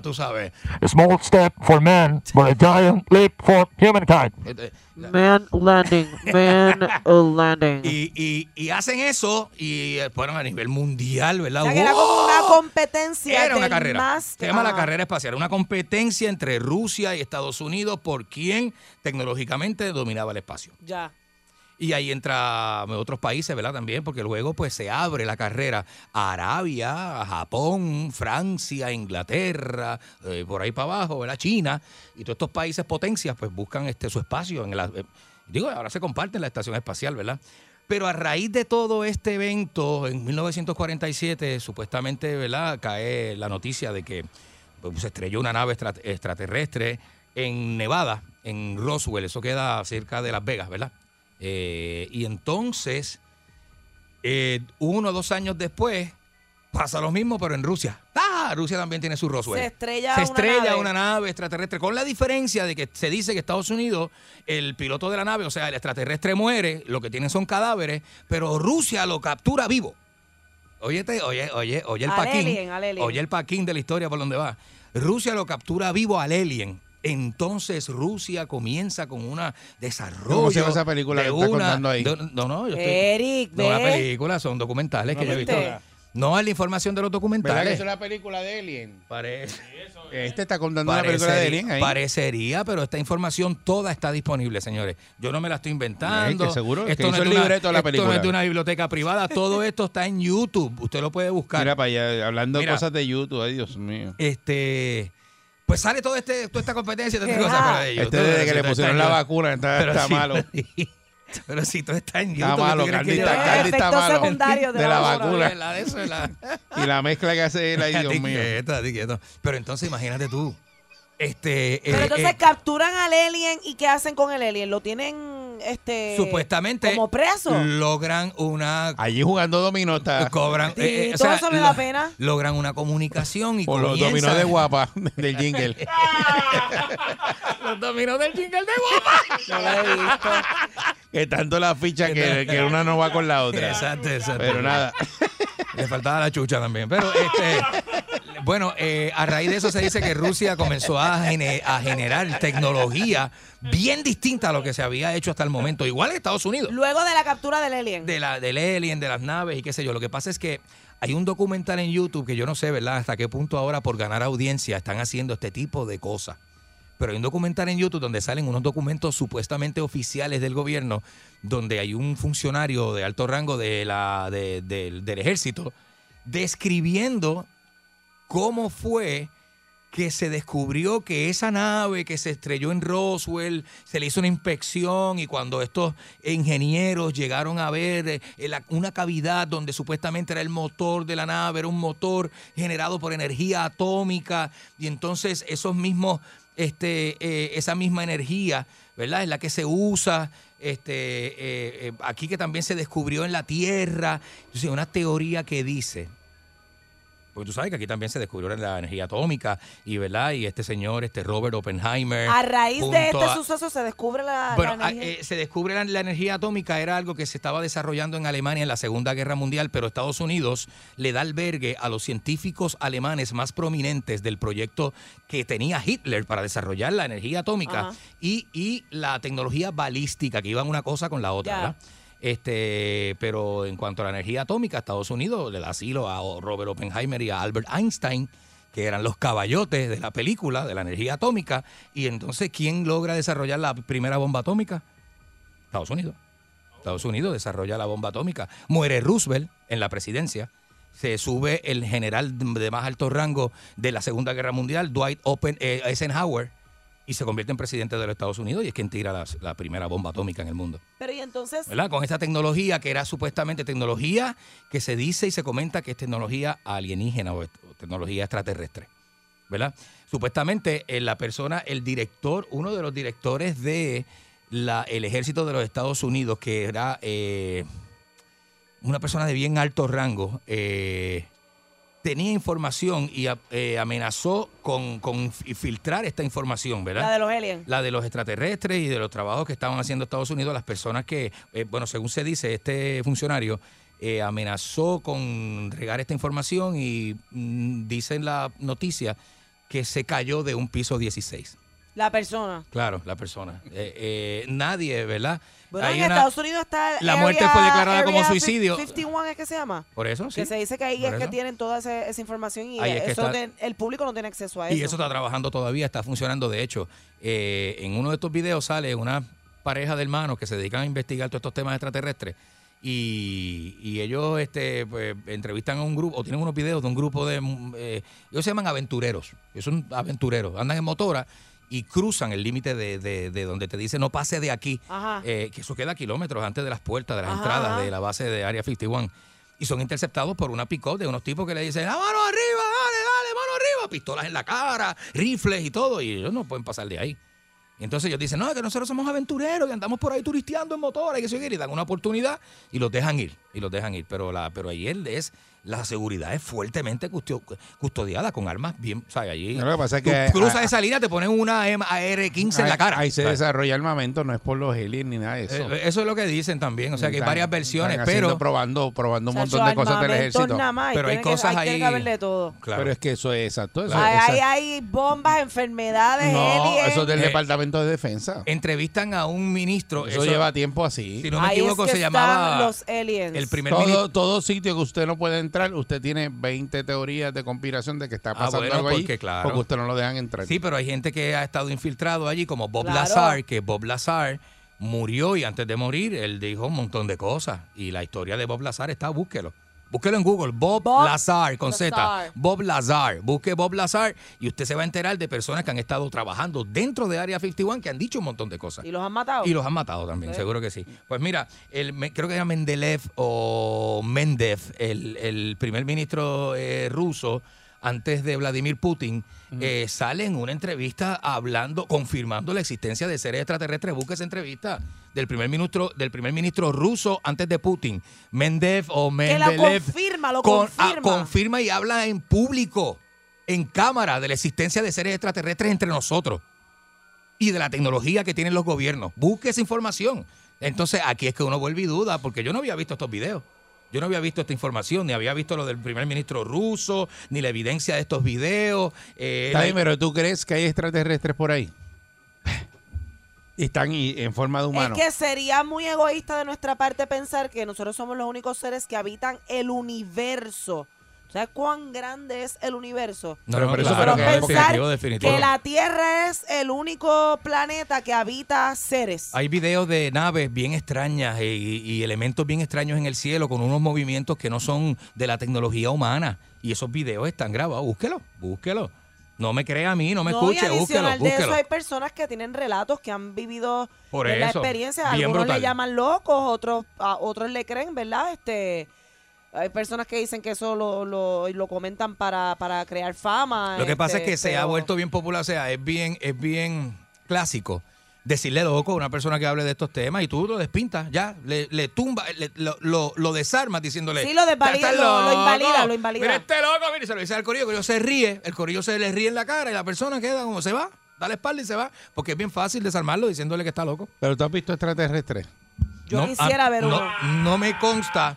Tú sabes.
small step for man, but a giant leap for humankind.
Este,
Man landing, man landing.
Y, y- y hacen eso y eh, fueron a nivel mundial, ¿verdad?
O sea, que era como
¡Wow!
una competencia.
¡Oh! Era una
del Ah,
carrera.
más-
Se llama la
Ajá.
carrera espacial. Una competencia entre Rusia y Estados Unidos por quién tecnológicamente dominaba el espacio.
Ya.
Y ahí entra otros países, ¿verdad? También, porque luego pues se abre la carrera a Arabia, a Japón, Francia, Inglaterra, eh, por ahí para abajo, ¿verdad? China. Y todos estos países potencias pues buscan este su espacio. En la, eh, digo, ahora se comparten la estación espacial, ¿verdad? Pero a raíz de todo este evento, en 1947, supuestamente, ¿verdad? Cae la noticia de que pues, se estrelló una nave extra- extraterrestre en Nevada, en Roswell. Eso queda cerca de Las Vegas, ¿verdad? Eh, y entonces, eh, uno o dos años después, pasa lo mismo, pero en Rusia. ¡Ah! Rusia también tiene su Roswell.
Se estrella
Se
una
estrella
nave.
una nave extraterrestre, con la diferencia de que se dice que Estados Unidos, el piloto de la nave, o sea, el extraterrestre muere, lo que tienen son cadáveres, pero Rusia lo captura vivo. Óyete, oye, oye, oye el
Al
paquín.
alien, al alien.
Oye el paquín de la historia por donde va. Rusia lo captura vivo al alien. Entonces Rusia comienza con una desarrollo.
¿Cómo se llama esa película
de
que estás
una-
contando ahí?
de- no, no, yo estoy-
Eric,
no la
ve.
película, son documentales que yo he visto.
película.
No, es la información de los documentales.
la película de Alien?
Parece.
Este está contando una película de Alien
Parecería,
ahí.
parecería, pero esta información toda está disponible, señores. Yo no me la estoy inventando.
Es que seguro, es que hizo
de
el libreto de la
esto no
película.
es de una biblioteca privada. Todo esto está en YouTube. Usted lo puede buscar.
Mira para allá, hablando de
Mira.
cosas de YouTube, ay Dios mío.
este, pues sale todo este, toda esta competencia y todas estas
Ajá.
cosas para ellos.
Este
Todo
desde
eso
que le
está en
pusieron la
YouTube.
vacuna está,
Pero
está
si-
malo.
pero si todo está en YouTube.
Está
¿qué tú
malo,
crees que
Carlita,
yo-
Carlita.
Efectos
está malo.
secundarios de,
De la
vacuna.
vacuna.
La de eso, la-
Y la mezcla que hace él, ay Dios
Ti
mío.
quieto, ti quieto. Pero entonces imagínate tú. Este,
Pero
eh,
entonces
eh,
capturan al alien y ¿qué hacen con el alien? ¿Lo tienen este
supuestamente
como preso?
logran una
Allí jugando dominó está.
cobran eh,
Sí, todo eso vale la pena.
logran una comunicación y
O los
comienzan-
dominó de guapa del jingle.
los dominó del jingle de guapa
No lo he visto.
que tanto la ficha que, que una no va con la otra.
exacto exacto
Pero nada.
le faltaba la chucha también pero este bueno eh, a raíz de eso se dice que Rusia comenzó a, gene- a generar tecnología bien distinta a lo que se había hecho hasta el momento igual que Estados Unidos
Luego de la captura del alien.
de la, del alien, de las naves y qué sé yo. Lo que pasa es que hay un documental en YouTube que yo no sé, ¿verdad? Hasta qué punto ahora por ganar audiencia están haciendo este tipo de cosas. Pero hay un documental en YouTube donde salen unos documentos supuestamente oficiales del gobierno, donde hay un funcionario de alto rango de la, de- del- del ejército describiendo cómo fue que se descubrió que esa nave que se estrelló en Roswell, se le hizo una inspección y cuando estos ingenieros llegaron a ver eh, la- una cavidad donde supuestamente era el motor de la nave, era un motor generado por energía atómica y entonces esos mismos, este, eh, esa misma energía, ¿verdad? Es la que se usa. Este, eh, eh, aquí que también se descubrió en la Tierra, Entonces, una teoría que dice porque tú sabes que aquí también se descubrió la energía atómica y verdad y este señor, este Robert Oppenheimer.
a raíz de
Eh, junto
este
a-
suceso se descubre la, la
Bueno, a-
energía.
eh, se descubre la, la energía atómica era algo que se estaba desarrollando en Alemania en la Segunda Guerra Mundial, pero Estados Unidos le da albergue a los científicos alemanes más prominentes del proyecto que tenía Hitler para desarrollar la energía atómica
Ajá.
y, y la tecnología balística que iban una cosa con la otra,
Ya.
¿verdad? Este, pero en cuanto a la energía atómica, Estados Unidos le da asilo a Robert Oppenheimer y a Albert Einstein, que eran los caballotes de la película de la energía atómica. Y entonces, ¿quién logra desarrollar la primera bomba atómica? Estados Unidos. Estados Unidos desarrolla la bomba atómica. Muere Roosevelt en la presidencia. Se sube el general de más alto rango de la Segunda Guerra Mundial, Dwight Oppen- eh, Eisenhower. y se convierte en presidente de los Estados Unidos y es quien tira las- la primera bomba atómica en el mundo.
Pero y entonces,
¿verdad? Con esta tecnología que era supuestamente tecnología que se dice y se comenta que es tecnología alienígena o, est- o tecnología extraterrestre, ¿verdad? Supuestamente eh, la persona, el director, uno de los directores de la, el ejército de los Estados Unidos, que era eh, una persona de bien alto rango, eh, tenía información y a- eh, amenazó con, con fi- filtrar esta información, ¿verdad?
la de los aliens.
la de los extraterrestres y de los trabajos que estaban haciendo Estados Unidos, las personas que, eh, bueno, según se dice, este funcionario eh, amenazó con regar esta información y mm, dice en la noticia que se cayó de un piso 16.
La persona.
Claro, la persona. Eh, eh, nadie, ¿verdad?
Bueno,
Hay
en
una-
Estados Unidos está.
la muerte fue declarada como
Area
suicidio.
51 es que se llama.
Por eso, sí.
Que se dice que ahí
Por
es que
eso.
tienen toda esa, esa información y
Ahí es que
eso
está-
ten- el público no tiene acceso a eso.
Y eso está trabajando todavía, está funcionando. De hecho, eh, en uno de estos videos sale una pareja de hermanos que se dedican a investigar todos estos temas extraterrestres. Y, y ellos este, pues, entrevistan a un grupo, o tienen unos videos de un grupo de. mm, eh, ellos se llaman aventureros. Ellos son aventureros. Andan en motora y cruzan el límite de, de- de donde te dice no pase de aquí.
Ajá.
Eh, que eso queda a kilómetros antes de las puertas, de las
Ajá,
entradas
ajá.
de la base de Área 51. Y son interceptados por una pick-up de unos tipos que le dicen, ¡Ah, mano arriba, dale, dale, mano arriba! Pistolas en la cara, rifles y todo. Y ellos no pueden pasar de ahí. Y entonces ellos dicen, no, es que nosotros somos aventureros y andamos por ahí turisteando en motora y que se quiere. Y dan una oportunidad y los dejan ir, y los dejan ir. Pero, la, pero ahí él es, la seguridad es fuertemente custo- custodiada con armas bien, ¿sabes? Allí
Lo que pasa es
tú
que-
cruzas
a-
esa línea, te ponen una AR-15 en la
Ahí-
cara.
Ahí se
¿sabes?
desarrolla armamento, no es por los aliens ni nada de eso.
Eh, Eso es lo que dicen también, o sea que hay
Están-
varias versiones,
están haciendo,
pero...
probando, probando un
Chacho,
montón de cosas del
armamentos
ejército.
nada más, y
pero hay
tiene que-
cosas
Tiene
ahí-
que haber de todo.
Claro.
Pero es que eso es exacto. Eso,
Hay,
esa-
hay, hay bombas, enfermedades,
no,
aliens.
eso es del
Eh,
Departamento de Defensa.
Entrevistan a un ministro.
Eso, lleva tiempo así.
Si no me
Ahí es
equivoco,
que
se
están
llamaba...
los aliens.
El primer ministro...
Todo, todo sitio que usted no puede entrar, usted tiene 20 teorías de conspiración de que está pasando
Ah, bueno,
algo ahí
porque, claro.
porque usted no lo dejan entrar.
Sí, pero hay gente que ha estado infiltrado allí, como Bob
Claro.
Lazar, que Bob Lazar murió y antes de morir él dijo un montón de cosas. Y la historia de Bob Lazar está, búsquelo. Búsquelo en Google, Bob,
Bob
Lazar, con
Lazar.
Z, Bob Lazar. Busque Bob Lazar y usted se va a enterar de personas que han estado trabajando dentro de Área 51 que han dicho un montón de cosas.
¿Y los han matado?
Y los han matado también,
Ok.
seguro que sí. Pues mira, el, me- creo que era Mendeleev o Mendev, el, el primer ministro eh, ruso, antes de Vladimir Putin, eh, sale en una entrevista hablando, confirmando la existencia de seres extraterrestres. Busca esa entrevista del primer ministro, del primer ministro ruso antes de Putin, Mendev o
que la
Mendeleev.
confirma, lo
con- ah,
confirma.
confirma y habla en público, en cámara, de la existencia de seres extraterrestres entre nosotros y de la tecnología que tienen los gobiernos. Busque esa información. Entonces, aquí es que uno vuelve y duda, porque yo no había visto estos videos. Yo no había visto esta información, ni había visto lo del primer ministro ruso, ni la evidencia de estos videos. eh,
Está bien,
la-
pero ¿tú crees que hay extraterrestres por ahí? Y están y- en forma de humanos.
Es que sería muy egoísta de nuestra parte pensar que nosotros somos los únicos seres que habitan el universo. ¿Sabes cuán grande es el universo?
No,
Pero
no,
por eso
claro,
Pero
que
claro,
es
pensar
definitivo, definitivo.
que la Tierra es el único planeta que habita seres.
Hay videos de naves bien extrañas eh, y, y elementos bien extraños en el cielo con unos movimientos que no son de la tecnología humana. Y esos videos están grabados. Búsquelo, búsquelo. No me crea a mí, no me
y
escuche, búsquelo,
adicional de eso
búsquelo.
hay personas que tienen relatos que han vivido
Por
la
eso,
experiencia.
bien
Algunos
brutal.
le llaman locos, otros a otros le creen, ¿verdad? Este hay personas que dicen que eso lo, lo, lo comentan para, para crear fama.
Lo que pasa es
este,
que se
pero-
ha vuelto bien popular, o sea, es bien, es bien clásico decirle loco a una persona que hable de estos temas y tú lo despintas, ya, le, le tumba, le- lo, lo, lo desarmas diciéndole.
Sí, lo desvalida,
"Estás
lo- lo
loco,
invalida, lo invalida".
Mira este loco, mira, y se lo dice al corillo, el corillo se ríe, el corillo se le ríe en la cara y la persona queda como se va, da la espalda y se va, porque es bien fácil desarmarlo diciéndole que está loco.
Pero tú has visto extraterrestres.
Yo
No,
quisiera
ah,
ver
no,
uno.
No me consta,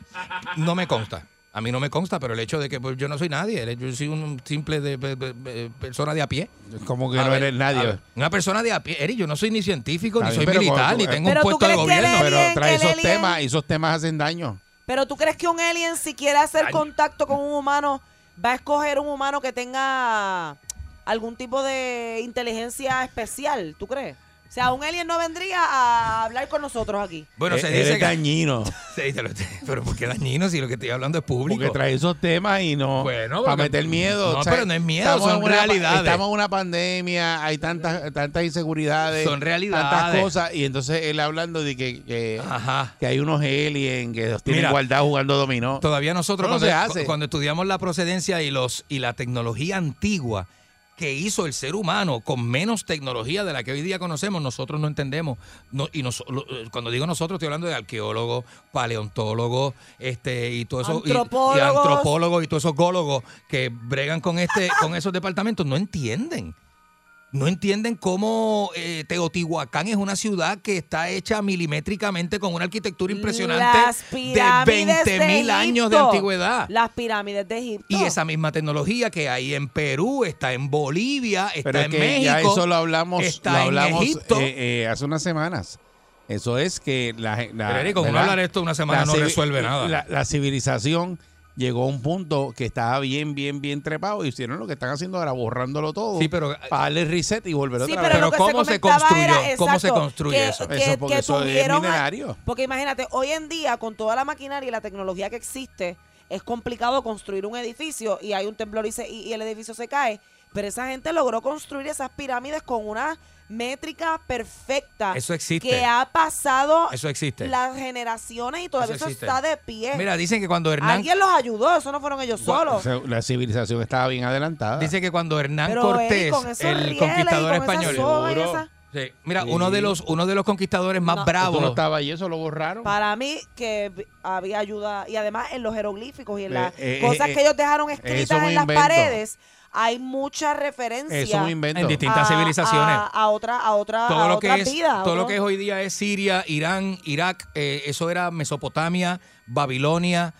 no me consta. A mí no me consta, pero el hecho de que pues, yo no soy nadie, yo soy un simple de- de- de- de- persona de a pie.
Como que
A
no
ver,
eres
a
nadie.
ver, Una persona de a pie. Eri, yo no soy ni científico,
Está
ni soy
bien, pero
militar,
cuando
ni
tú-
tengo un
Pero tú
puesto de
crees que él
gobierno.
es-
Pero
alien,
trae
el
esos
alien.
temas y esos temas hacen daño.
Pero tú crees que un alien si quiere hacer
Ay.
contacto con un humano va a escoger un humano que tenga algún tipo de inteligencia especial, ¿tú crees? O sea, un alien no vendría a hablar con nosotros aquí.
Bueno, se
Eh,
dice
eres
que-
dañino.
Se dice, lo- pero ¿por qué dañino si lo que estoy hablando es público?
Porque trae esos temas y no.
Bueno,
para
porque-
meter miedo.
No,
o sea,
pero no es miedo,
estamos
son
en una pa-
realidades.
Estamos en una pandemia, hay tantas tantas inseguridades.
Son realidades. Ah.
Tantas cosas. Y entonces él hablando de que, que, que hay unos aliens que los tienen
Mira,
guardados jugando dominó.
Todavía nosotros
No, no
cuando,
se hace.
cu- cuando estudiamos la procedencia y los y la tecnología antigua que hizo el ser humano con menos tecnología de la que hoy día conocemos, nosotros no entendemos. No, y nos- lo- eh, cuando digo nosotros, estoy hablando de arqueólogos, paleontólogos, este, y todos esos y- y,
Antropólogos.
antropólogos y todos esos gólogos que bregan con este, con esos departamentos, no entienden. No entienden cómo eh, Teotihuacán es una ciudad que está hecha milimétricamente con una arquitectura impresionante
Las pirámides
de 20.000 años de
Egipto.
antigüedad.
Las pirámides de Egipto.
Ah. Y esa misma tecnología que hay en Perú, está en Bolivia, está
Pero es
en
que
México.
ya eso lo hablamos,
está
lo
en
hablamos
Egipto.
eh, eh, hace unas semanas. Eso es que la gente.
Pero, Eric, con uno hablar esto una semana no resuelve nada.
La, la civilización llegó a un punto que estaba bien, bien, bien trepado y hicieron lo que están haciendo ahora, borrándolo todo.
Sí, pero- eh,
para darle reset y volver
Sí,
otra
pero,
vez.
lo que se comentaba era,
¿Cómo se
exacto,
construye
que-
eso?
que-
Eso, porque
que
eso es
tuvieron a-
milenario.
Porque imagínate, hoy en día, con toda la maquinaria y la tecnología que existe, es complicado construir un edificio y hay un temblor y, se- y- y el edificio se cae. Pero esa gente logró construir esas pirámides con una métrica perfecta.
Eso existe.
Que ha pasado
Eso existe.
las generaciones y todavía eso,
Eso existe.
está de pie.
Mira, dicen que cuando Hernán
Alguien los ayudó, eso no fueron ellos
O
solos.
sea, la civilización estaba bien adelantada.
dice que cuando Hernán
Pero,
Cortés,
Eric, con esos
el
rieles
conquistador
y con esas
español,
sogas y
Seguro.
esas-
Sí. mira, uno de los uno de los conquistadores más
No.
Tú
bravos.
no estaba ahí, eso lo borraron.
Para mí que b- había ayuda y además en los jeroglíficos y en las
Eh, eh,
cosas
eh,
que ellos dejaron
eso es
escritas
un
en las
invento.
paredes hay mucha referencia
Eso es un invento.
En distintas
a-
civilizaciones.
a, a otra a otra
todo
a
lo que
otras
es
vidas, a
todo lo
otro-
que es hoy día es Siria, Irán, Irak, eh, eso era Mesopotamia, Babilonia,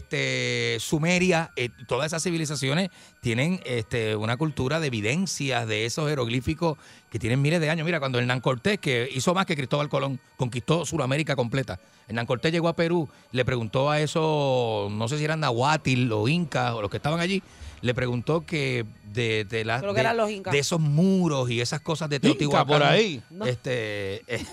este Sumeria, eh, todas esas civilizaciones tienen este una cultura de evidencias de esos jeroglíficos que tienen miles de años. Mira, cuando Hernán Cortés que hizo más que Cristóbal Colón, conquistó Sudamérica completa. Hernán Cortés llegó a Perú, le preguntó a esos no sé si eran nahuatl o incas o los que estaban allí, le preguntó que de, de la-
Creo que
de-
eran los incas.
de esos muros y esas cosas de Teotihuacán.
por ahí.
Este, eh,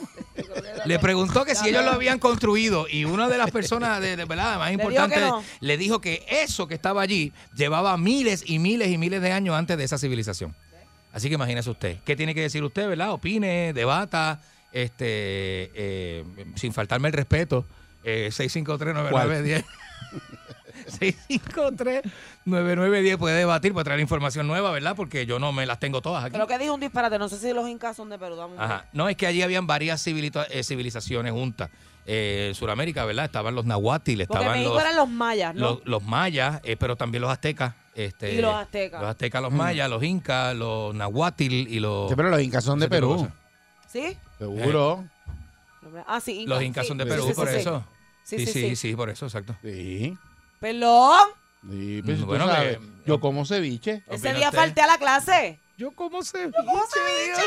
le preguntó que si ellos lo habían construido y una de las personas de, de- ¿verdad? más
dijo
importante
que no.
le dijo que eso que estaba allí llevaba miles y miles y miles de años antes de esa civilización. Así que imagínese usted, ¿qué tiene que decir usted, verdad? Opine, debata, este, eh, sin faltarme el respeto. Eh, 653-9910. 653-9910 puede debatir, puede traer información nueva, ¿verdad? Porque yo no me las tengo todas aquí.
Creo que dijo un disparate, no sé si los incas son de Perú. dame un
Ajá. No, es que allí habían varias civilita- eh, civilizaciones juntas. Eh, Sudamérica, ¿verdad? Estaban los nahuatl,
Porque
estaban
México
los,
eran los mayas, ¿no?
los, los mayas, eh, pero también los aztecas. Este,
Y los aztecas.
Los aztecas, los mayas, los incas, los nahuatl y los...
Mm. Sí, pero los incas son de
ese tipo
Perú.
cosas.
¿Sí?
Seguro.
Ah, sí, incas.
Los incas
sí.
son de
Sí,
Perú,
sí, sí,
por
sí.
eso.
Sí,
sí,
sí, sí.
por eso, exacto.
Sí.
Pelón,
Sí, pues, tú
Eh. Bueno, que-
sabes, yo como ceviche.
ese
Opina
día
usted.
falté a la clase.
Yo como se...
¿Cómo se dice?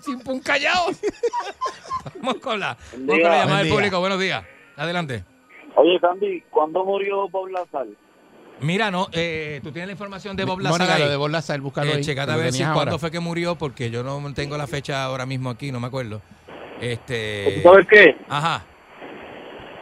Sin un callao. vamos con la, vamos con la llamada
Buen
del
día.
público. Buenos días. Adelante.
Oye, Sandy, ¿cuándo murió Bob Lazar?
Mira, no, eh, tú tienes la información de Bob Lazar
Mónica,
ahí?
lo de Bob Lazar, búscalo
Eh,
ahí,
checate
que
a
lo
ver si
tenías
cuándo
ahora.
fue que murió, porque yo no tengo la fecha ahora mismo aquí, no me acuerdo. Este.
¿Sabes qué?
Ajá.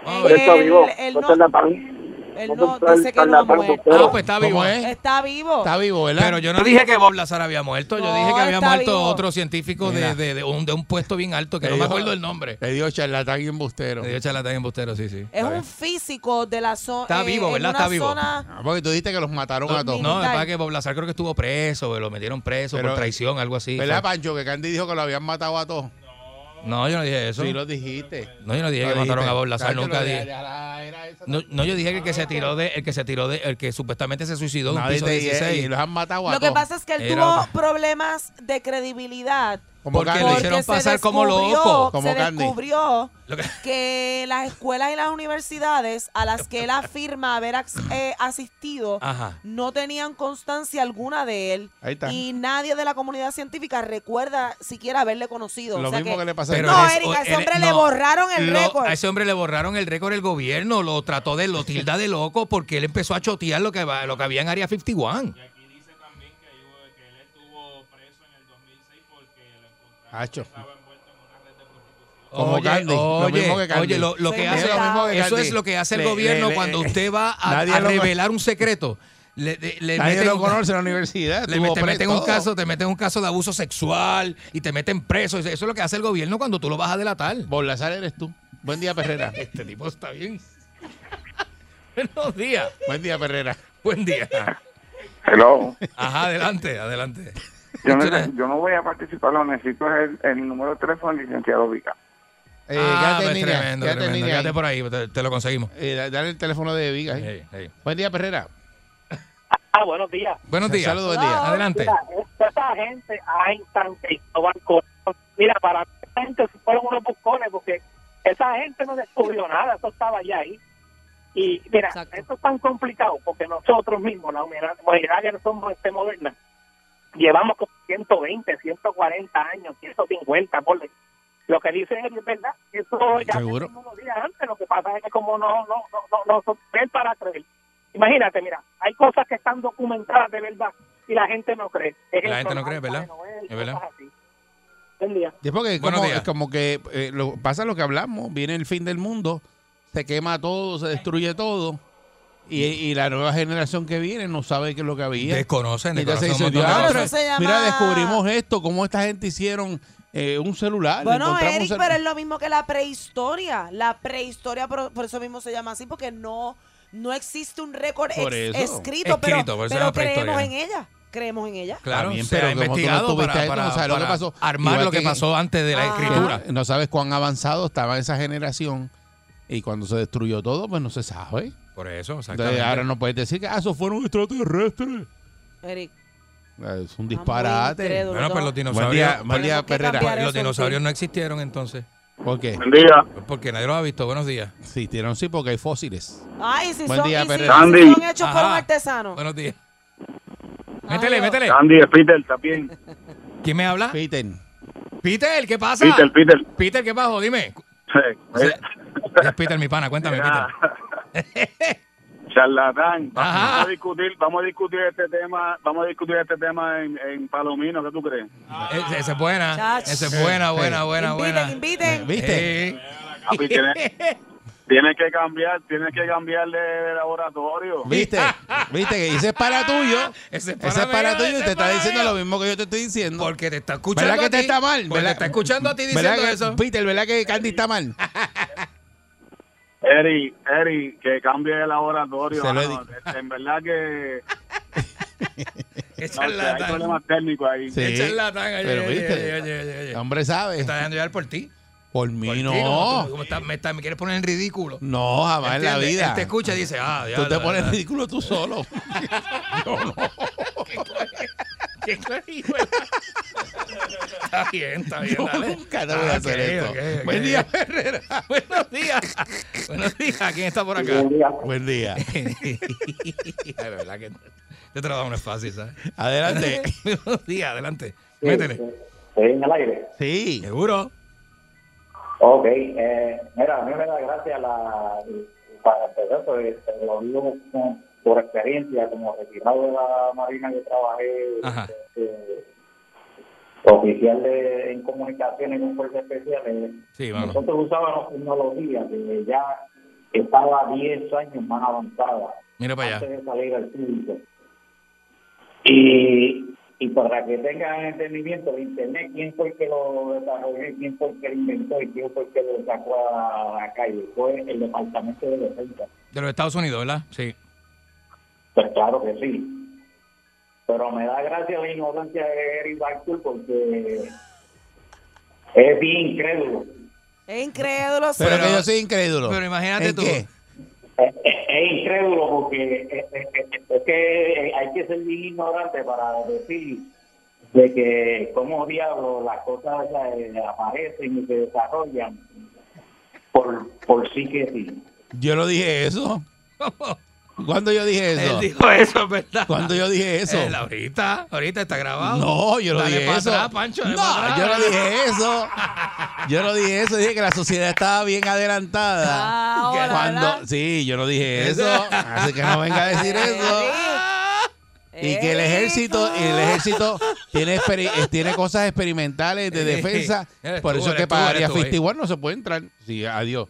Vamos a
Él-
ver.
Está vivo.
él
No
no-
charlatán.
Él
No
no
está el
dice que no ha
charlatán,
muerto.
doctor.
Ah, pues está
¿Cómo
vivo.
es?
Está vivo.
Está vivo, ¿verdad?
Pero yo no dije que Bob Lazar había muerto, yo
No,
dije que había
está
muerto
vivo.
otro científico de,
Mira.
de- de un, de un puesto bien alto, que no me
Dios.
acuerdo el nombre.
Le dio charlatán y embustero.
Me dio charlatán en Bustero, sí, sí.
Es
Está bien.
un físico de la eh, zona.
Está vivo, ¿verdad? Está vivo.
Ah, porque tú dijiste que los mataron a todos.
No,
militar.
es para que Bob Lazar creo que estuvo preso, lo metieron preso
Pero-
por traición, algo así.
¿Verdad, Pancho? Que Candy dijo que lo habían matado a todos.
No, yo no dije eso.
Sí, lo dijiste.
No, yo no dije
Lo
que mataron
dijiste.
a Bob Lazar,
Candy lo
nunca
de-
dije.
de- era esa.
No, no, yo dije que el que se tiró de, el que se tiró de, el que supuestamente se suicidó en un
Nadie
piso
te dice,
16.
y los han matado a
Lo que
todos.
pasa es que él
Era
tuvo
otra.
problemas de credibilidad.
Como
porque
Candy.
le hicieron
se
pasar como
descubrió-
loco.
Como
se
Candy.
descubrió
Lo que-
que las escuelas y las universidades a las que él afirma haber as- eh, asistido
Ajá.
no tenían constancia alguna de él.
Ahí está.
Y nadie de la comunidad científica recuerda siquiera haberle conocido.
Lo
O sea
mismo que le pasó a
Pero
Candy.
No,
eres-
Erika, a ese
eres-
hombre le
no.
borraron el
Lo-
récord.
A ese hombre le borraron el récord el gobierno, lo trató de, lo tilda de loco porque él empezó a chotear lo que, va- lo que había en Área 51.
Hacho. Como
Oye,
Candy, lo
oye,
mismo que Candy.
oye, lo, lo que
Es
hace,
lo mismo que
eso
Candy.
es lo que hace el
Le-
gobierno
le- le-
cuando usted va a,
Nadie
a
lo-
revelar un secreto. Le, le- le
Nadie
meten
lo
un-
conoce en la universidad.
le
tuvo
met- te
pre-
meten un
todo.
caso, te meten un caso de abuso sexual y te meten preso. Eso es lo que hace el gobierno cuando tú lo vas a delatar.
Borlasar eres tú. Buen día, Perrera.
este tipo está bien. Buenos días.
Buen día, Perrera.
Buen día.
Hello.
Ajá, adelante, adelante. Ah,
Yo no, yo no voy a participar, lo necesito el, el número de teléfono del licenciado Vica.
Eh,
Ah,
quédate en
pues,
línea,
tremendo,
quédate en
tremendo.
línea
Quédate
ahí.
por ahí, te, te lo conseguimos.
Eh, da- dale el teléfono de Vigas. ¿eh?
Hey, hey.
Buen día, Perrera.
Ah, buenos días.
Eh.
Buenos días.
Saludos, buen día.
Mira, esta- esta gente ahí en San Cristóbal, Colón, mira, para mí esta gente fueron unos buscones porque esa gente no descubrió nada, eso estaba ya ahí. Y mira, esto es tan complicado porque nosotros mismos, la humanidad humanidad que somos este moderna, llevamos como 120, 140 años, 150, por lo que dicen es verdad, eso ya
Seguro.
unos días antes, lo que pasa es que como no, no, no, no, no son- ven para creer. Imagínate, mira, hay cosas que están documentadas de verdad y la gente no cree.
La
Ejemplo,
gente no cree,
Alfa
¿verdad?
de Noel,
Es verdad.
cosas así. Buen día.
Es porque
Buenos
como,
días.
es como que eh, lo- pasa lo que hablamos, viene el fin del mundo, se quema todo, se destruye todo. Y, y la nueva generación que viene no sabe qué es lo que había.
Desconocen,
Y entonces
desconocen un
dicen,
montón de
"Diablo,
cosas".
Eso se llama-
Mira, descubrimos esto, cómo esta gente hicieron eh, un celular.
Bueno,
encontramos un
Eric,
cel-
pero es lo mismo que la prehistoria. La prehistoria, por, por eso mismo se llama así, porque no, no existe un récord
Por
ex-
eso.
escrito,
Escrito, por
pero,
eso
pero
es la prehistoria.
creemos en ella. Creemos en ella.
Claro,
Está bien,
se
pero
ha
como tú no
investigado
estuviste
para,
ahí, tú no
para-
sabes lo que
para
pasó.
armar
Igual
lo que,
que-
pasó antes de la
Ah.
que
escritura.
No sabes cuán avanzado estaba esa generación. Y cuando se destruyó todo, pues no se sabe.
Por eso,
Entonces,
exactamente.
ahora no puedes decir que ah, eso fueron extraterrestres.
Eric,
Es un
Ah, muy
disparate.
incrédulo.
bueno, pues los
día,
dinosaurios.
buen día,
Tenemos que
Perrera.
cambiar Los
eso,
dinosaurios
sí.
no existieron entonces.
¿Por qué?
Buen día.
Porque nadie los ha visto. Buenos días.
Sí, tienen sí porque hay fósiles.
Ay, si
Buen
son,
día,
y si-
Pérez.
si
Andy.
son hechos por un
Ajá.
artesano.
Buenos días. Métele,
Dios.
métele.
Andy es Peter también.
Ah. ¿Quién me
Ah.
habla?
Ah. Peter.
Peter, ¿qué pasa?
Peter, Peter. Eh,
Peter, ¿qué pasó? Dime. Es Peter, mi pana. Cuéntame,
Ah.
Peter.
Charlatán.
Ajá.
Vamos a discutir, vamos a discutir este tema, vamos a discutir este tema en, en Palomino, ¿qué tú crees?
Esa esa es buena.
Chach.
Esa es buena, buena, buena,
inviten,
buena.
inviten.
¿Viste?
Eh,
Papi, tienes, tienes que cambiar, tienes que cambiar de, de laboratorio.
¿Viste? ¿Viste? Que dices para tuyo.
Ese es para
Ese es para
mí,
tuyo
ese
y
es
te está
para
diciendo
mí.
lo mismo que yo te estoy diciendo.
Porque te está escuchando.
¿Verdad que
a
te
ti.
está mal?
Porque te
¿Verdad?
está escuchando a ti
¿Verdad
diciendo
que-
eso.
Peter, ¿verdad que Candy está mal?
Eri, Eri, que cambie de laboratorio.
Se lo he
mano. Este, en verdad que,
Es
no, que hay
charlatán.
problemas técnicos ahí.
Sí.
Es charlatán. Oye,
Pero
oye,
viste.
oye, oye, oye, oye.
El hombre sabe.
Está dejando llevar por ti.
Por mí
Por ti,
no.
como tú- como estás- me, estás- me quieres poner en ridículo.
No, jamás en la
¿Entiendes?
vida.
Él te escucha y dice, ah, ya.
Tú te
la-
pones
la-
ridículo tú solo. Yo no.
Qué clarijo. Está bien, está bien.
Yo
dale.
nunca te voy a
Ah,
hacer
ok,
esto.
ok, ok.
Buen día, Herrera.
Buenos días. Buenos días. ¿Quién está por acá?
Buen día.
Es verdad que este trabajo no es fácil, ¿sabes?
Adelante.
Buenos días, adelante. Métele.
este, en el aire.
Sí.
Seguro.
Ok, eh, mira, a mí me da gracia la. Para empezar, pues, lo digo con- por experiencia, como retirado de la Marina, yo trabajé
Ajá.
eh, oficial de, en comunicaciones en un fuerza especial. eh,
Sí, vamos.
nosotros usábamos tecnología que ya estaba 10 años más avanzada
Mira para allá.
antes de salir al público. Y, y para que tengan entendimiento de Internet, quién fue el que lo desarrolló, y quién fue el que lo inventó y quién fue el que lo sacó a la calle. Fue el Departamento de Defensa.
De los Estados Unidos, ¿verdad? Sí.
Pues claro que sí. Pero me da gracia la ignorancia de Eric Bartul porque es bien incrédulo.
Es incrédulo, sí.
Pero,
Pero-
que yo soy incrédulo.
Pero imagínate
¿En
tú.
qué?
Es, es- es incrédulo porque es, es- es que hay que ser bien ignorante para decir de que como diablo las cosas eh, aparecen y se desarrollan por, por sí que sí.
Yo lo dije eso. ¿Cuándo yo dije
Él
eso?
dijo eso, es ¿verdad?
¿Cuándo yo dije eso?
Él ahorita, ahorita está grabado.
No, yo no
Dale
dije
pa'
eso.
atrás, Pancho, dale pa'
no,
atrás.
yo no dije eso. Yo no dije eso. Dije que la sociedad estaba bien adelantada.
Ah, ahora,
Cuando,
¿verdad?
sí, yo no dije eso. Así que no venga a decir eso.
Eric,
Y que el ejército, el ejército tiene, experi- eh, tiene cosas experimentales de
Eh,
defensa.
eres
Por
tú,
eso es
eres
que
tú, eres
para área
tú, eh.
51 no se puede entrar. Sí, adiós.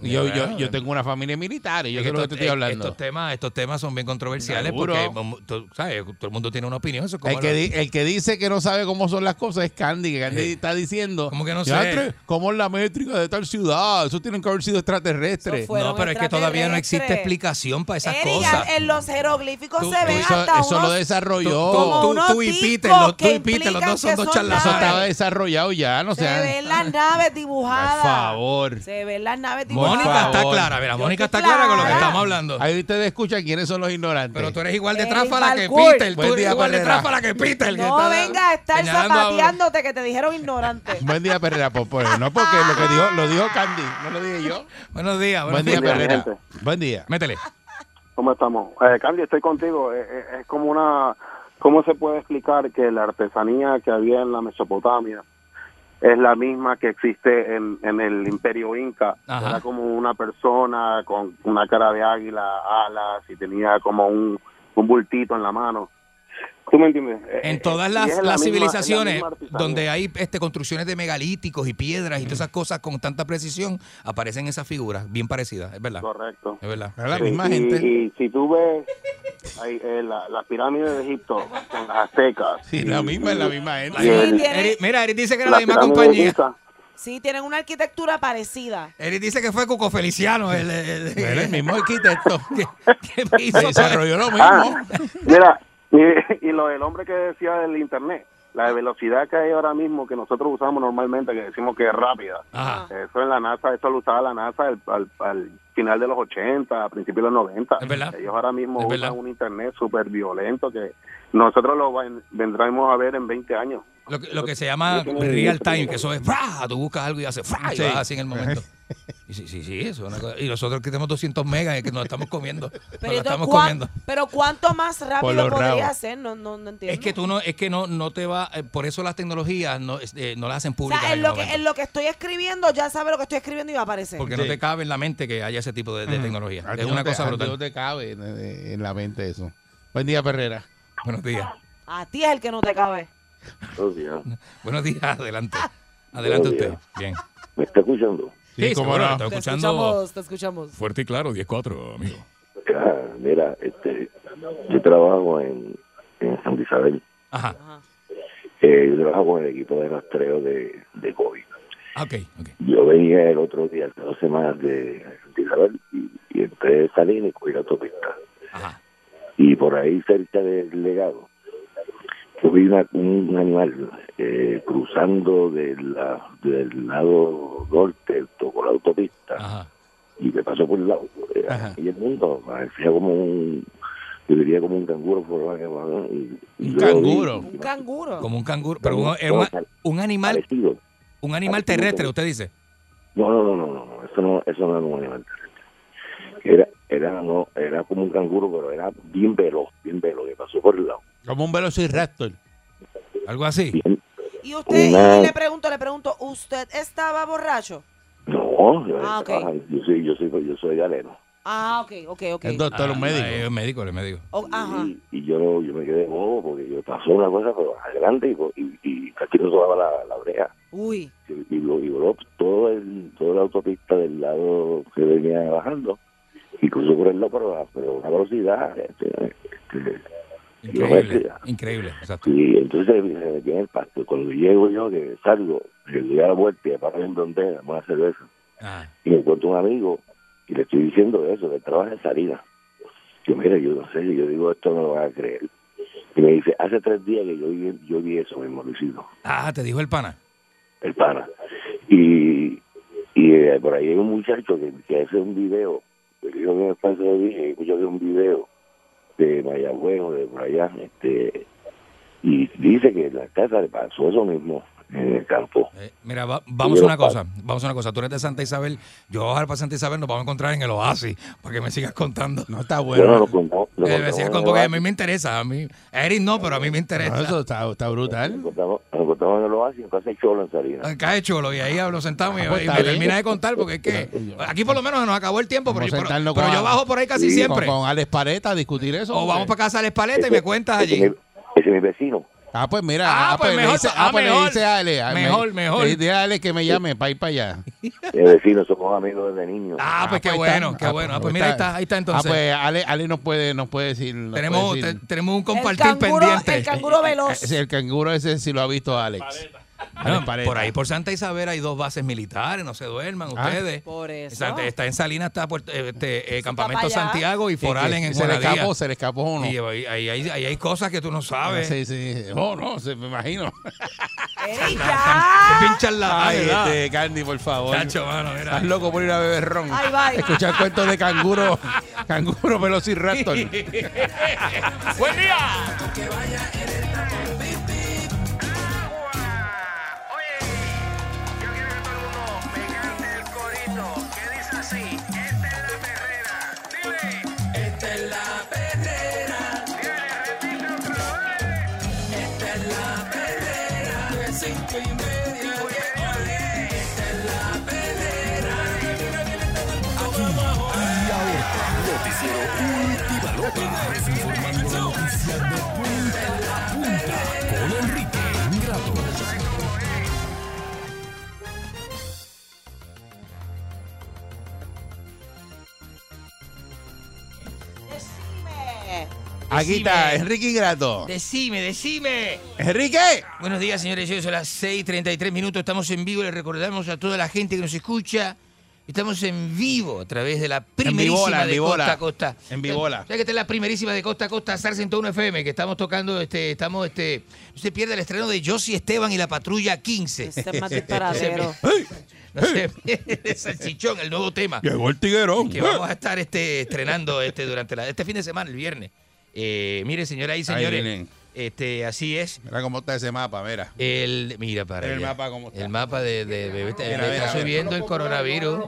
Yo, yo,
bueno.
yo tengo una familia militar y yo
Es
sé
que
lo que
estos-
te estoy
eh,
hablando.
Estos temas, estos temas son bien controversiales
Seguro.
porque mm, tú sabes, todo el mundo tiene una opinión. Eso es como
El que,
la-
di- el que dice que no sabe cómo son las cosas es Candy, que Candy está diciendo. ¿Cómo que
no sé?
¿Cómo es la métrica de tal ciudad? Eso tienen que haber sido extraterrestres.
No, pero es que todavía no existe explicación para esas
Eric, eh,
cosas.
en los jeroglíficos
Tú-
se ven
eso
hasta
eso lo
unos-
desarrolló.
como unos discos que implican que
Eso estaba
naves.
desarrollado ya, no
Se
sean.
ven las naves dibujadas.
Por favor.
Se ven las naves dibujadas.
Mónica está clara, mira, Mónica está clara con lo que
clara.
estamos hablando.
Ahí ustedes escuchan quiénes son los ignorantes. Pero
tú eres igual de
Eric
tráfala que
Balcour.
Peter. Tú
Buen
eres
día,
igual de
Perrera.
tráfala que Peter. que
No
está-
venga a estar
señalando a-
zapateándote que te dijeron ignorante.
Buen día, Perrera. Por- por- no, porque lo que dijo, lo dijo Candy, no lo dije yo.
Buenos días,
Buen
buenos
día,
días.
Perrera. Buen día.
Métele.
¿Cómo estamos? Eh, Candy, estoy contigo. Eh, eh, es como una... ¿Cómo se puede explicar que la artesanía que había en la Mesopotamia es la misma que existe en, en el imperio inca?
Ajá.
Era como una persona con una cara de águila, alas y tenía como un, un bultito en la mano. ¿Tú me entiendes? Eh,
En
eh,
todas
y
las,
es la
las
misma- es
civilizaciones
la misma artesanía.
donde hay este, construcciones de megalíticos y piedras y todas esas cosas con tanta precisión, aparecen esas figuras bien parecidas, es verdad.
Correcto.
Es verdad.
Sí, y, y si tú ves ahí, eh, la- las pirámides de Egipto, con las aztecas.
Sí, la misma es la misma gente.
y el-
Eric- mira, Eric dice que era
la
la misma
pirámide
compañía.
egipcia.
Sí, tienen una arquitectura parecida.
Eric dice que fue Cuco Feliciano. El, el- el-
Era el mismo arquitecto.
que me hizo-
desarrolló lo mismo.
Ah, mira, y, y lo del hombre que decía del internet, la velocidad que hay ahora mismo que nosotros usamos normalmente, que decimos que es rápida, eso en la NASA, eso lo usaba la NASA al, al- al final de los 80, a principios de los 90. Ellos ahora mismo usan un internet súper violento que nosotros lo ven- vendremos a ver en 20 años.
Lo que, lo que se llama real time, que eso es, ¡fra! tú buscas algo y haces, ¡fra! y
Sí.
vas así en el momento. Y sí, sí, sí, eso es una cosa. Y nosotros que tenemos 200 megas y que nos estamos comiendo. nos
Pero,
lo
entonces,
estamos
¿cuán-
comiendo.
pero ¿cuánto más rápido
los
podría
rabos.
ser? No, no, no entiendo.
Es que tú no, es que no, no te va, eh, por eso las tecnologías no, es- eh, no las hacen
o
públicas.
sea, en
en el
lo, que,
momento,
en lo que estoy escribiendo, ya sabe lo que estoy escribiendo y va a aparecer.
porque no te cabe en la mente que haya ese tipo de, de tecnología.
A ti
Es
no
una
Ah, te-
cosa
a ti
brutal.
no te cabe en, en la mente eso. Buen día, Perrera.
Buenos días.
A ti es el que no te cabe.
Oh,
Buenos días, adelante.
Ah.
Adelante
Buenos
usted.
días.
Bien.
¿Me está escuchando?
Sí, cómo
seguro,
no.
estoy
Te
escuchando
te escuchamos.
fuerte y claro, 10-4, amigo. Ah, mira, este, yo trabajo en, en San Isabel.
Ajá.
Eh, yo trabajo con el equipo de rastreo de, de COVID.
Ah, ok, ok.
Yo venía el otro día, hace dos semanas de San Isabel, y, y entré de Salinas y cogí la autopista.
Ajá.
Y por ahí, cerca del legado, yo vi una- un, un animal eh, cruzando de la- del lado norte, tocó la autopista
Ah.
y me pasó por el lado. eh, Y el mundo parecía como un, yo diría como un canguro. por lo menos, y- y
Un
yo lo vi,
canguro.
Como un canguro. Pero un, era una- un animal. Un animal terrestre, usted dice.
No, no, no, no, no, no, eso no, eso no era un animal terrestre. Era, era, no, era como un canguro, pero era bien veloz, bien veloz, que pasó por el lado.
Como un velociraptor.
Algo así.
Y usted,
Una-
y le pregunto, le pregunto, ¿usted estaba borracho?
No, yo,
Ah, ok.
ay, yo soy, yo soy, yo soy galeno.
Ah, ok, ok, ok.
Ah,
doctor, un médico.
Es médico, el médico.
O- ajá.
Y yo, no- yo me quedé bobo porque yo pasó una cosa, pero a grande, y, co- y, y casi no sobraba la, la oreja.
Uy.
Y, y lo y voló todo el, toda la autopista del lado que venía bajando, y cruzó por el lado, pero, a- pero a una velocidad. este, este,
Increíble.
geométrica.
Increíble. Exacto.
Y entonces se metió en el pasto. Cuando llego yo, que salgo, que doy a la vuelta y paro en donde una cerveza.
Ajá.
Y me encuentro un amigo y le estoy diciendo eso, que trabaja en salida. Yo, mira, yo no sé, yo digo, esto no lo van a creer. Y me dice, hace tres días que yo vi, yo vi eso mismo, Luisito,
Ah, te dijo el pana.
el pana. Y, y eh, por ahí hay un muchacho que, que hace un video, que yo me pasé de dije, yo vi un video de Mayagüez o de por allá, este, y dice que en la casa le pasó eso mismo en el campo.
Eh, Mira, va- vamos a una cosa. Vamos a una cosa. Tú eres de Santa Isabel. Yo voy a bajar para Santa Isabel. Nos vamos a encontrar en el oasis. Para que me sigas contando. Eh, No está
Bueno, lo contamos- lo
me
contamos
sigas
en
contando
el
porque a mí me interesa. A mí. A Eric no, pero a mí me interesa.
eso está, está brutal.
Nos encontramos, nos encontramos estamos en el oasis, en casa de Cholo en Salinas.
Cae chulo y ahí hablo sentado
Ah,
y-
pues,
y
está
me
bien.
termina de contar porque es que aquí por lo menos se nos acabó el tiempo, pero,
Vamos a
yo- pero-
sentarnos
pero
con-
yo bajo por ahí casi
Sí,
siempre.
Con, con Alex Pareta a discutir eso.
o vamos para casa a la espaleta y me cuentas
Ese es
allí.
mi- Ese es mi vecino.
Ah, pues mira,
Ah,
ah,
pues
pues, le
mejor,
dice,
ah,
ah, pues le
mejor.
dice a Ale, ah, me-
Mejor, mejor.
Le dice a Ale que me llame para ir para allá.
Mi vecino, somos amigos desde niños.
Ah, pues qué bueno, qué bueno. Ah, pues mira, ahí está, ahí está entonces.
Ah, pues Ale, Ale nos puede, nos puede decir. nos
Tenemos-
puede decir-
te- tenemos un
compartir canguro- pendiente. el canguro veloz.
Eh, sí, el canguro ese sí lo ha visto Alex. Alex Pareta.
Ah, Por ahí, por Santa Isabel, hay dos bases militares, no se duerman
Ah.
ustedes.
Por eso.
Está, está en Salinas, está Puerto- eh, este, eh, Campamento
para allá.
Santiago y
Sí,
Foralen
que
en
se le
Juanadía.
escapó, se le escapó uno.
Y ahí, ahí- ahí- ahí hay cosas que tú no sabes.
Sí, sí. Oh, no, se, me imagino.
Pinchan la
Ay, este, Candy, por favor.
Ah, Chacho, mano, mira.
Estás loco por ir a beber ron.
Ay, bye.
Escuchar cuentos de canguro, canguro velociraptor.
¡Buen día!
Esta es la perrera. Esta es la perrera. De cinco y media. Esta es la perrera. Aquí y ahora. Noticiero Última Nota. Desinformando la noticia de punta a punta. Con Enrique Ingrato.
Decime.
Aquí está, Enrique Grato.
Decime, decime.
Enrique.
Buenos días, señores. Son las 6:33 minutos. Estamos en vivo. Les recordamos a toda la gente que nos escucha. Estamos en vivo a través de la primerísima
vivola, en
de
vivola.
Costa a Costa.
En vivola.
Ya que esta es la primerísima de Costa a Costa, Sarsen Tono FM, que estamos tocando, este, estamos, este, no se pierda el estreno de Josie Esteban y la Patrulla 15.
Este es más disparatero.
No se pierda Salchichón, el nuevo tema.
Llegó el tiguerón.
que vamos a estar este, estrenando este, durante la, este fin de semana, el viernes. Eh, mire, señoras y señores,
vienen.
este, así es.
Mira cómo está ese mapa, mira.
El, mira para
El
allá.
mapa cómo está.
El mapa de, de- este, de- está,
Mira,
está
mira,
subiendo
mira.
el coronavirus.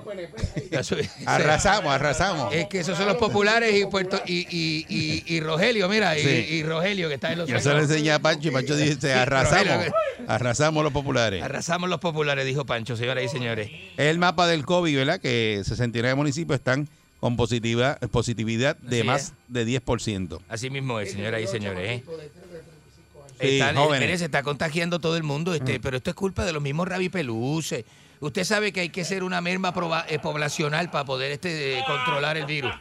Está subi-
Arrasamos, arrasamos.
Es que esos son los populares y Puerto y, y, y, y Rogelio, mira, y,
Sí.
y Rogelio que está en los
Yo se lo enseñé a Pancho y Pancho dice, arrasamos, arrasamos los populares.
Arrasamos los populares, dijo Pancho, señoras y señores.
Es el mapa del COVID, ¿verdad? Que 69 municipios están con positiva, positividad de
Así
más
es.
de 10%.
Así mismo es, señoras y señores. ¿eh?
Sí,
Están-
jóvenes.
mire, se está contagiando todo el mundo, este, pero esto es culpa de los mismos rabipeluces. Usted sabe que hay que ser una merma proba- eh, poblacional para poder este, eh, controlar el virus.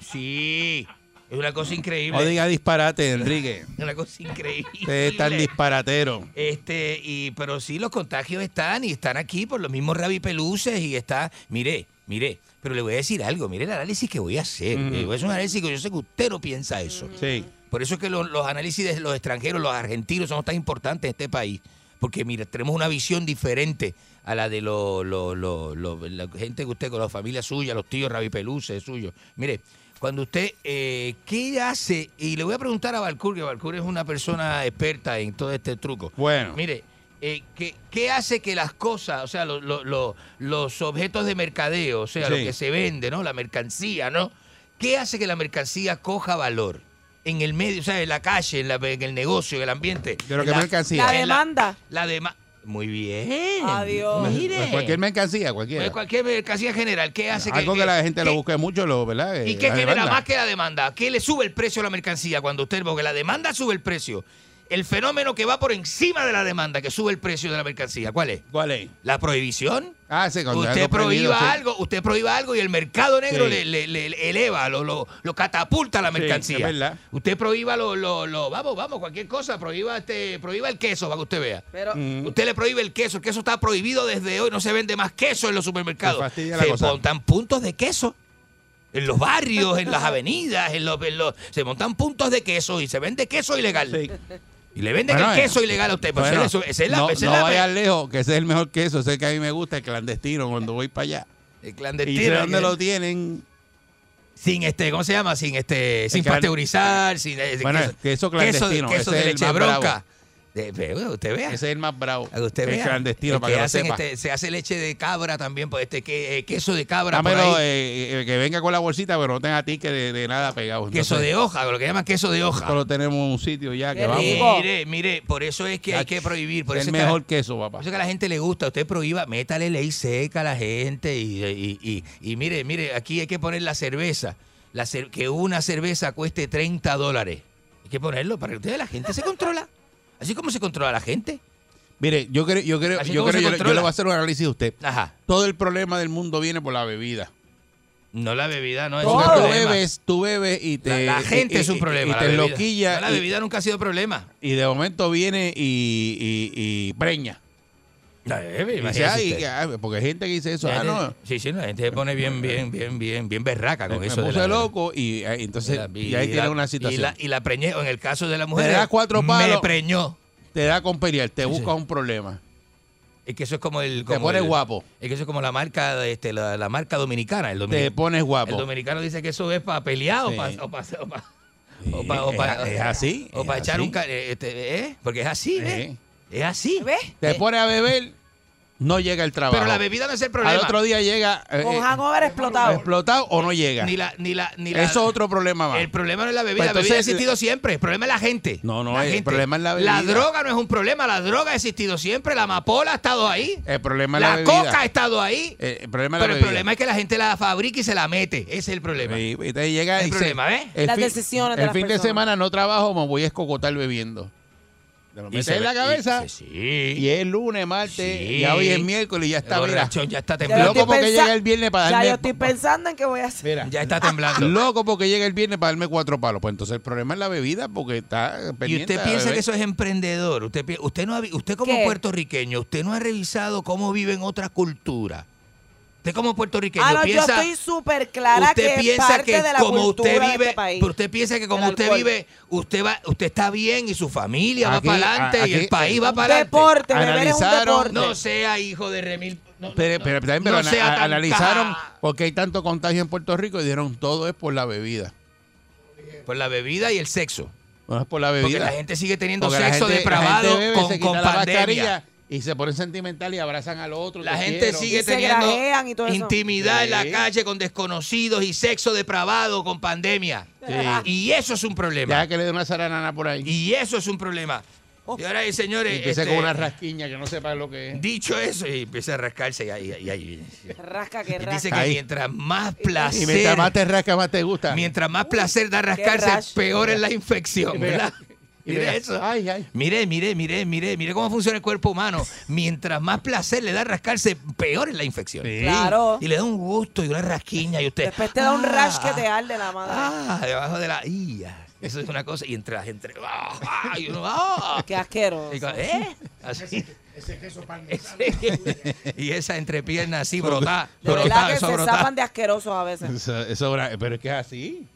Sí, es una cosa increíble.
No diga disparate, Enrique.
Es una cosa increíble.
Usted es tan disparatero.
Este, y, pero sí, los contagios están y están aquí por los mismos rabipeluces y está. Mire, mire, pero le voy a decir algo. Mire el análisis que voy a hacer. Eh, Es un análisis que yo sé que usted no piensa eso.
Sí.
Por eso es que los, los análisis de los extranjeros, los argentinos, son tan importantes en este país. Porque, mira, tenemos una visión diferente a la de lo- lo- lo- lo- la gente que usted, con la familia suya, los tíos rabipeluces suyos. Mire, cuando usted, eh, ¿qué hace? Y le voy a preguntar a Valcour, que Valcour es una persona experta en todo este truco.
Bueno.
Mire, eh, ¿qué, qué hace que las cosas, o sea, lo- lo- lo- los objetos de mercadeo, o sea, lo
Sí.
que se vende, ¿no? La mercancía, ¿no? ¿Qué hace que la mercancía coja valor? En el medio, o sea, en la calle, en, la- en el negocio, en el ambiente.
Pero qué
La-
mercancía.
en la-
demanda.
La demanda. Muy bien.
Adiós.
Mire.
Pues Cualquier mercancía, cualquiera.
Pues cualquier mercancía general, ¿qué hace
Algo que, la gente lo busque mucho, lo, ¿verdad?
¿Y
Eh,
qué
la
genera
demanda.
más que la demanda? ¿Qué le sube el precio a la mercancía cuando usted, porque la demanda sube el precio? El fenómeno que va por encima de la demanda, que sube el precio de la mercancía, ¿cuál es?
¿Cuál es?
¿La prohibición?
Ah, sí, cuando
usted
algo prohibido,
prohíba
sí.
algo, usted prohíba algo y el mercado negro
Sí.
le, le- le- le eleva, lo, lo- lo catapulta a la
Sí,
mercancía.
es verdad.
Usted prohíba lo, lo- lo- vamos, vamos, cualquier cosa, prohíba este, prohíba el queso para que usted vea.
Pero-
Mm.
usted le prohíbe el queso, el queso está prohibido desde hoy, no se vende más queso en los supermercados.
Se fastidia la
se
cosa.
montan puntos de queso. En los barrios, en las avenidas, en los, en los- se montan puntos de queso y se vende queso ilegal. Y le venden
Bueno, eh,
el queso ilegal a usted. Pues
bueno,
eso- esa es la,
no,
esa es
no
la-
vayas lejos, que ese es el mejor queso, ese que a mí me gusta, el clandestino, cuando voy para allá.
El
Y
clandestino.
sé dónde
que-
lo tienen.
Sin este, ¿cómo se llama? Sin este, sin
clan-
pasteurizar, sin eh,
Bueno, queso
queso,
clandestino,
queso
ese
de
es el
leche
más bravo.
bronca. De- ve- usted vea.
Ese es el más bravo.
Usted
el
vea.
clandestino,
El
para que lo
hacen,
sepa.
este, se hace leche de cabra también, pues este que- eh, queso de cabra. por
Dámelo,
ahí.
eh, eh, que venga con la bolsita, pero no tenga ticket de, de nada pegado.
Queso de hoja, lo que llaman queso de hoja.
Solo tenemos un sitio ya que
Qué
vamos.
rico. Mire, mire, por eso es que hay que prohibir. Por
Es
eso que
mejor
la-
queso, papá.
por eso que a la gente le gusta. Usted prohíba, métale ley seca a la gente. Y, y- y- y mire, mire, aquí hay que poner la cerveza. La cer- que una cerveza cueste 30 dólares. Hay que ponerlo para que ustedes la gente se controla. Así como se controla la gente.
Mire, yo creo, yo creo,
Así
yo,
como
creo
se
yo, le- yo le
controla.
voy a hacer un análisis a usted.
Ajá.
Todo el problema del mundo viene por la bebida.
No la bebida, no es un
Porque tú
problema.
bebes, tú bebes y te.
La gente
y-
es
y-
un problema.
Y
la
te
bebida.
loquilla.
No, la
y-
bebida nunca ha sido problema.
Y, de momento viene y, y, y preña.
bebe,
Y dice,
imagínese
"Ay,
usted".
que- ay", porque hay gente que dice eso.
La
Ah,
gente-
no.
Sí, sí, la gente se pone bien, bien, bien, bien, bien berraca con
Me
eso. de
puse
la-
loco y eh, entonces y ahí
y
tiene
la-
una
Y
situación.
la, y la preñé, o en el caso de la
Te
mujer.
da cuatro
Me
palos.
preñó.
Te da con pelear, te
Sí,
busca
sí.
un problema.
Es que eso es como el. Como
pones
el-
guapo.
Es que eso es como la marca, este, la, la marca dominicana. El
Te
dominicano,
pones
el
guapo.
dominicano dice que eso es para pelear
Sí.
o para. O pa- o pa- o
Sí,
pa- o pa-
es- es así,
O
es
para echar
así.
un. ca- eh, Este, ¿eh? Porque es así, ¿eh? Es así.
Te pones a beber, no llega el trabajo.
Pero la bebida no es el problema.
Al otro día llega. eh,
Con
eh,
hangover explotado.
explotado o no llega.
Ni la, ni la, ni la-
Eso es otro problema más.
El problema no es la bebida,
Pues
la bebida ha
entonces-
existido siempre. El problema es la gente.
No, no,
La
el
gente.
problema es la bebida.
droga no es un problema, la droga ha existido siempre, la amapola ha estado ahí,
El problema
la,
es la, bebida.
coca ha estado ahí.
Eh, el problema es
Pero
la
el
bebida.
problema es que la gente la fabrica y se la mete. Ese es el problema.
Sí, y te llega
El
y se-
problema, ¿ves?
el
Las
fin-
decisiones de
El
las
fin
personas.
de semana no trabajo, me voy a escocotar bebiendo. Te lo
Y
metes
se
en
ve-
la
y-
cabeza.
sí, sí.
Y es lunes, martes,
Sí.
ya hoy es miércoles y ya está, mira.
Borrachón, ya está
Ya yo
temblando.
Loco porque
pensa-
llega el viernes para
Ya
darme.
yo estoy pensando en qué voy a hacer.
Mira.
Ya está temblando.
Loco porque llega el viernes para darme cuatro palos. Pues entonces el problema es la bebida porque está
Y
pendiente.
usted
a
piensa
beber.
que eso es emprendedor. Usted, pi- usted, no ha vi- usted como
¿Qué?
puertorriqueño, usted no ha revisado cómo viven otras culturas. Usted como puertorriqueño
Ah, no,
piensa...
yo estoy súper clara
usted
que es
piensa
parte
que
de la
como
cultura
usted
de
vive,
este país.
pero usted piensa que como
El
usted
alcohol.
vive, usted va, usted está bien y su familia
Aquí,
va para adelante
a-
y el
aquí, eh,
país va
un
para adelante.
deporte, beber es un Analizaron- deporte.
No sea hijo de Remil. no, no,
Pero, pero también pero
No
ana-
sea tan
analizaron
caja.
por qué hay tanto contagio en Puerto Rico y dijeron todo es por la bebida.
por la bebida y el sexo.
No es por la
Porque
bebida.
la gente sigue teniendo
Porque la
sexo
gente- la
depravado
gente bebe,
con,
se quita
con
la
pandemia.
mascarilla Y se ponen sentimental y abrazan al otro.
La
te
gente
quiero.
sigue
se
teniendo
grajean y todo eso.
intimidad en
Sí.
la calle con desconocidos y sexo depravado con pandemia.
Sí.
Y eso es un problema.
Deja que le dé una zaranana por ahí.
Y eso es un problema.
Oh.
Y ahora, eh, señores,
Y empieza
este,
con una rasquiña que no sepa lo que es.
Dicho eso, y empieza a rascarse y ahí, ahí, ahí.
Rasca que
Y
rasca.
dice que
Ahí.
mientras más
Y mientras
placer,
más te rasca, más te gusta.
mientras más placer da
rash.
rascarse, peor es la infección, ¿verdad?
Y
Mire
mira,
eso.
Ay, ay.
Mire, mire, mire, mire, mire cómo funciona el cuerpo humano. Mientras más placer le da rascarse, peor es la infección.
Claro.
Y le da un gusto y una rasquiña y usted.
Después te da un
ah,
rash que te arde la madre.
Ah, debajo de la. ¡Ia! Eso es una cosa. Y entre las entre. ¡Ah! ah, y uno, ¡ah!
Qué asqueroso.
Y co- ¿Eh? Así.
Ese queso pan
Ese- y esa entrepierna así brotá,
De verdad
brotá,
que
eso
se
brotá.
zapan de asquerosos a veces.
Eso, eso ahora- pero es que es así.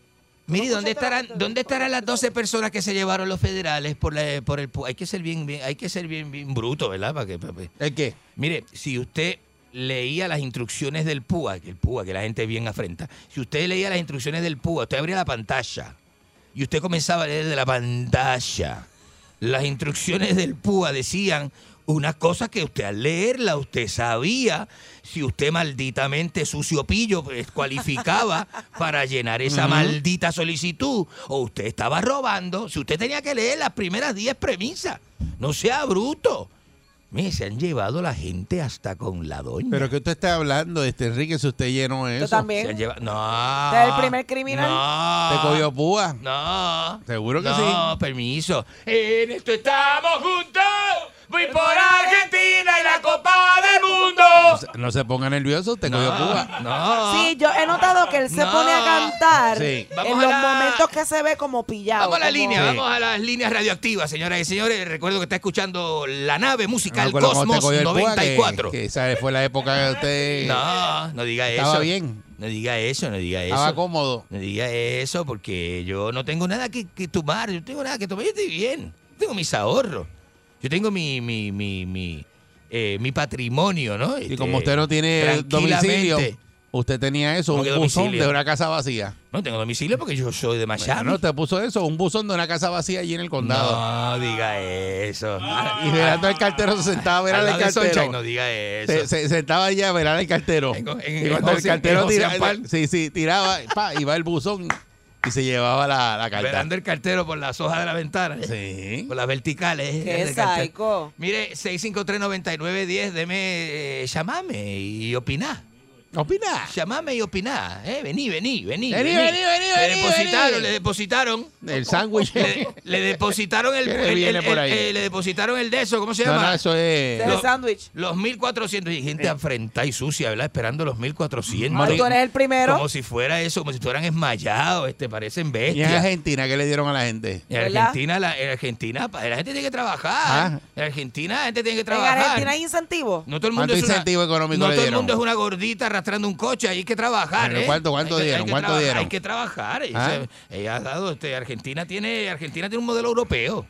Mire, ¿dónde estarán, ¿dónde estarán las 12 personas que se llevaron los federales por la, por el pu- hay que ser bien, bien- hay que ser bien bien bruto, ¿verdad? Para que, para- para-
¿El qué?
Mire, si usted leía las instrucciones del PUA, que el PUA, que la gente es bien afrenta, si usted leía las instrucciones del PUA, usted abría la pantalla y usted comenzaba a leer de la pantalla. Las instrucciones del PUA decían una cosa que usted al leerla usted sabía si usted malditamente sucio pillo pues, cualificaba para llenar esa
Ujú.
maldita solicitud o usted estaba robando, si usted tenía que leer las primeras 10 premisas. No sea bruto. Mire, se han llevado la gente hasta con la doña.
Pero que usted está hablando, este Enrique, si usted llenó eso.
también.
Se han llevado-
Usted
No.
es el primer criminal.
No.
¿Te cogió púa?
No.
Seguro que
no,
sí.
permiso. En esto estamos juntos. Voy por Argentina y la Copa del Mundo.
No se ponga nervioso, te cogió púa.
No.
Sí, yo he notado que él se
No.
pone a cantar
Sí.
Vamos
en
a
los
la-
momentos que se ve como pillado.
Vamos a la
como-
línea, vamos a las líneas radioactivas, señoras y señores. Recuerdo que está escuchando la nave
Me
musical
acuerdo cuando te
Cosmos
cogió el púa, que-
94.
Que, esa fue la época que usted
No, no diga eso.
estaba bien,
No diga eso, no diga eso.
estaba cómodo.
No diga eso porque yo no tengo nada que, que tomar, yo no tengo nada que tomar, yo estoy bien. Yo tengo mis ahorros, yo tengo mi, mi, mi, mi, eh, mi patrimonio, ¿no?
Y como usted no tiene domicilio, Usted tenía eso,
¿Cómo
un
que
buzón
domicilio?
de una casa vacía.
No tengo domicilio porque yo soy de Miami.
No, te puso eso, un buzón de una casa vacía allí en el condado.
No diga eso.
Ah, Y mirando al cartero se sentaba a ver
Al
al
lado de
cartero.
Sunshine, no diga eso.
Se, se sentaba allá a ver al cartero.
en-
y cuando
en
el
Ocean-
cartero
en Ocean
tiraba,
Park.
sí, sí, tiraba, pa, iba el buzón y se llevaba la, la carta.
Verando el cartero por las hojas de la ventana. Sí. Por las verticales.
Qué
del cartero.
psycho.
Mire, 653-9910, deme, eh, llamame y opiná.
Opiná.
Llamame y opiná. Eh, vení, vení, vení.
Vení, vení, vení,
Le
vení,
depositaron,
vení.
le depositaron.
El sándwich.
Le, le depositaron el,
¿Qué le
el- el-
viene por
el-
ahí?
eh, le depositaron el de eso, ¿cómo se
No,
llama?
no, eso Eh. es-
El
Los,
sándwich.
los 1400 y gente afrentada y sucia, ¿verdad? Esperando los 1400.
Ay, tú eres el primero.
Como si fuera eso, como si fueran esmayados, este, parecen
Y en
bestias.
Argentina, ¿qué le dieron a la gente?
En Argentina, la, en Argentina, pa, la gente tiene que
Ah.
trabajar. En Argentina, la gente tiene que
En
trabajar.
Argentina hay incentivos.
No todo el mundo
¿Cuánto
es una-
incentivo económico
no
le
todo el
dieron?
mundo es una gordita arrastrando un coche, ahí hay que trabajar.
Pero
¿eh?
¿cuánto- cuánto
Hay que-
dieron?
hay que
¿Cuánto
trabajar,
dieron?
Hay que trabajar. eh.
Ah.
O sea, ella ha dado, este, Argentina tiene, Argentina tiene un modelo europeo.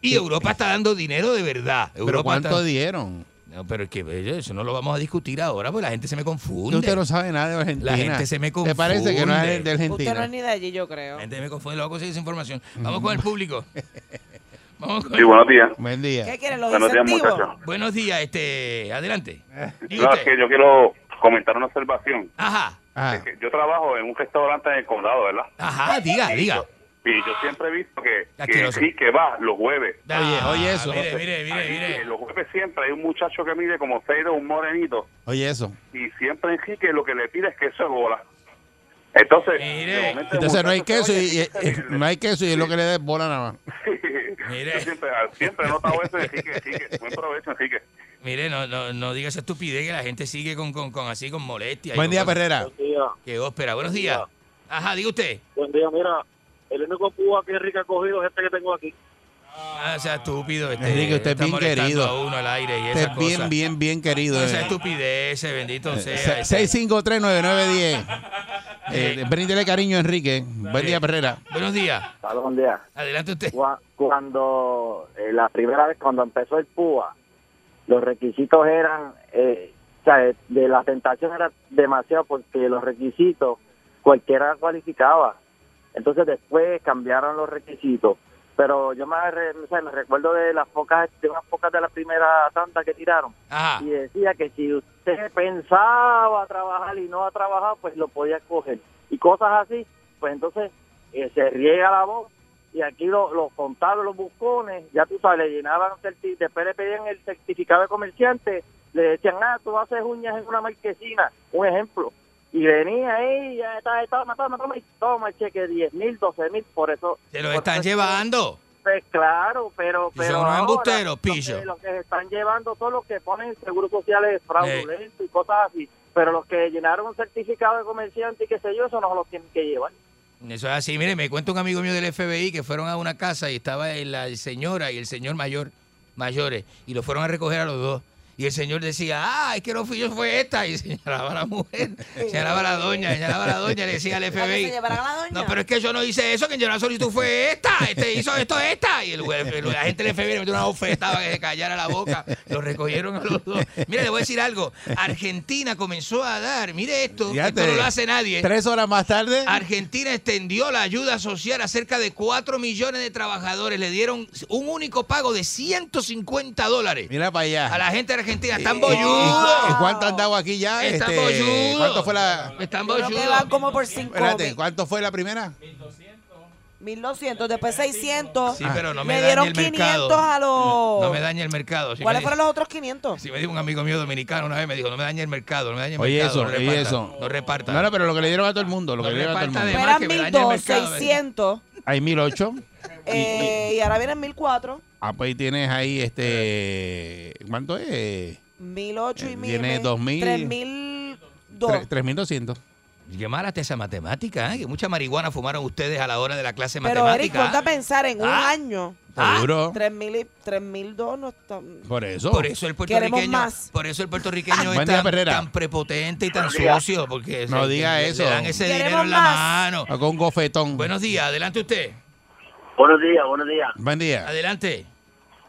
Y Europa está dando dinero de verdad.
¿Pero
Europa
cuánto
está-
dieron?
No, pero es que bello, eso no lo vamos a discutir ahora, porque la gente se me confunde.
Usted no sabe nada de Argentina.
La gente se me
¿Te parece que no es
confunde.
de
Usted no
Argentina?
es ni de allí, yo creo.
La gente me confunde, lo voy a conseguir esa información. Vamos con el
Mm.
público. Vamos con
Sí, buenos días.
Buen día.
¿Qué quieren los
Buenos días,
incentivos?
muchachos.
Buenos días, este, adelante. Diga
No, es
usted.
que yo quiero comentar una observación.
Ajá,
Ah,
Es que yo trabajo en un restaurante en el condado, ¿verdad?
ajá, diga,
Sí,
diga.
Y yo siempre he visto que, que
Asqueroso.
sí que va los jueves.
Ah,
oye eso.
Mire, mire, mire, mire.
Eh, Los jueves siempre hay un muchacho que mide como 6 de un morenito
Oye, eso.
y siempre Enrique lo que le pide es queso de bola. Entonces, de momento el
Entonces no hay
muchacho
queso
se-
y,
oye,
y- y- no hay queso y es lo que le des bola nada más.
Yo siempre, siempre he notado eso de Enrique, Enrique. Buen provecho, Enrique.
Mire, no, no, no diga esa estupidez que la gente sigue con, con, con así, con molestia. y
Buen
con
día,
cosas.
Perrera.
Qué ópera, buenos días. Ajá, diga usted.
Buen día, mira, el único púa que Enrique ha cogido es este que tengo aquí.
Ah, sea estúpido. Este,
Enrique, usted es
está
bien
molestando
querido.
A uno al aire y
Usted
esas
es bien, Eh,
cosas.
bien, bien querido. eh.
Esa estupidez, bendito sea.
6539910. Eh, bríndele cariño, Enrique. Buen día, Perrera.
Buenos días.
Saludos, buen día.
Adelante usted.
Cuando eh, la primera vez, cuando empezó el púa, los requisitos eran, eh, o sea, de, de la tentación era demasiado porque los requisitos cualquiera cualificaba. Entonces después cambiaron los requisitos. Pero yo me, re- o sea, me recuerdo de las pocas, de unas pocas de la primera tanda que tiraron.
Ajá.
Y decía que si usted pensaba trabajar y no ha trabajado, pues lo podía coger. Y cosas así, pues entonces eh, se riega la voz. Y aquí lo- los contables, los buscones, ya tú sabes, le llenaban, certi- después le pedían el certificado de comerciante, le decían, ah, tú haces uñas en una marquesina, un ejemplo. Y venía ahí, ya está, está, toma, toma, toma, y toma el cheque, 10 mil, 12 mil, por eso.
Se los están llevando.
Pues claro, pero.
Y
pero
son unos
ahora,
embusteros,
lo que-
pillo.
Los que se están llevando son los que ponen seguros
Eh.
sociales fraudulentos y cosas así. Pero los que llenaron un certificado de comerciante y qué sé yo, eso no los tienen que llevar.
Eso es así. Mire, me cuenta un amigo mío del FBI que fueron a una casa y estaba el- la señora y el señor mayor, mayores, y lo fueron a recoger a los dos. Y el señor decía, ah, es que no fui yo, fue esta. Y señalaba a la mujer, señalaba a la doña, señalaba a la doña, le decía al FBI. No, pero es que yo no hice eso, quien llenó la solicitud fue esta, este hizo esto, esta. Y el, el- la gente del FBI le metió una bofetada para que se callara la boca. Lo recogieron a los dos. Mira, le voy a decir algo. Argentina comenzó a dar, mire esto,
Ya
esto
te-
no lo hace nadie.
Tres horas más tarde.
Argentina extendió la ayuda social a cerca de 4 millones de trabajadores. Le dieron un único pago de 150 dólares
Mira para allá.
a la gente de Argentina. Están
¿Y- y- y
bolludos.
cuánto han dado aquí ya?
Están
Este,
bolludos.
¿Cuánto fue la.?
Están
Yo creo que
bolludos.
van como por 5
Espérate, ¿cuánto fue la primera?
1200, después 600.
Sí, pero no me,
Le
dañe
dieron
el
500
mercado.
a los.
No me dañe el mercado. Si
¿Cuáles
me,
fueron los otros 500?
si me dijo un amigo mío dominicano una vez, me dijo, no me dañe el mercado, no me dañe el
Oye,
mercado.
eso,
no
oye,
reparta,
eso.
No reparta.
No, no, pero lo que le dieron a todo el mundo. Lo que
No
le dieron a todo
reparta
el
de
mundo.
más que
Eran
me dañe el
1200, 600.
mercado.
Hay 1008.
eh, y ahora vienen 1004.
Ah, pues ahí tienes ahí este. ¿Cuánto es?
1008 y 1000.
Tiene 2000.
3002.
3200.
Qué mala está esa matemática, ¿eh? Que mucha marihuana fumaron ustedes a la hora de la clase de
Pero Eric,
matemática.
ponte a pensar en un
Ah.
año.
Seguro.
3000 y 3002 no está.
Por eso.
Por eso el
Queremos
puertorriqueño,
más.
por eso el puertorriqueño
Buen
es
día,
tan,
Perrera.
tan prepotente y tan
Buen día.
sucio, porque
No
se-
diga
le-
eso.
le dan ese
Queremos
dinero en la
más.
mano.
Ah, Con un gofetón.
Buenos días, adelante usted.
Buenos días, buenos días.
Buen día.
Adelante.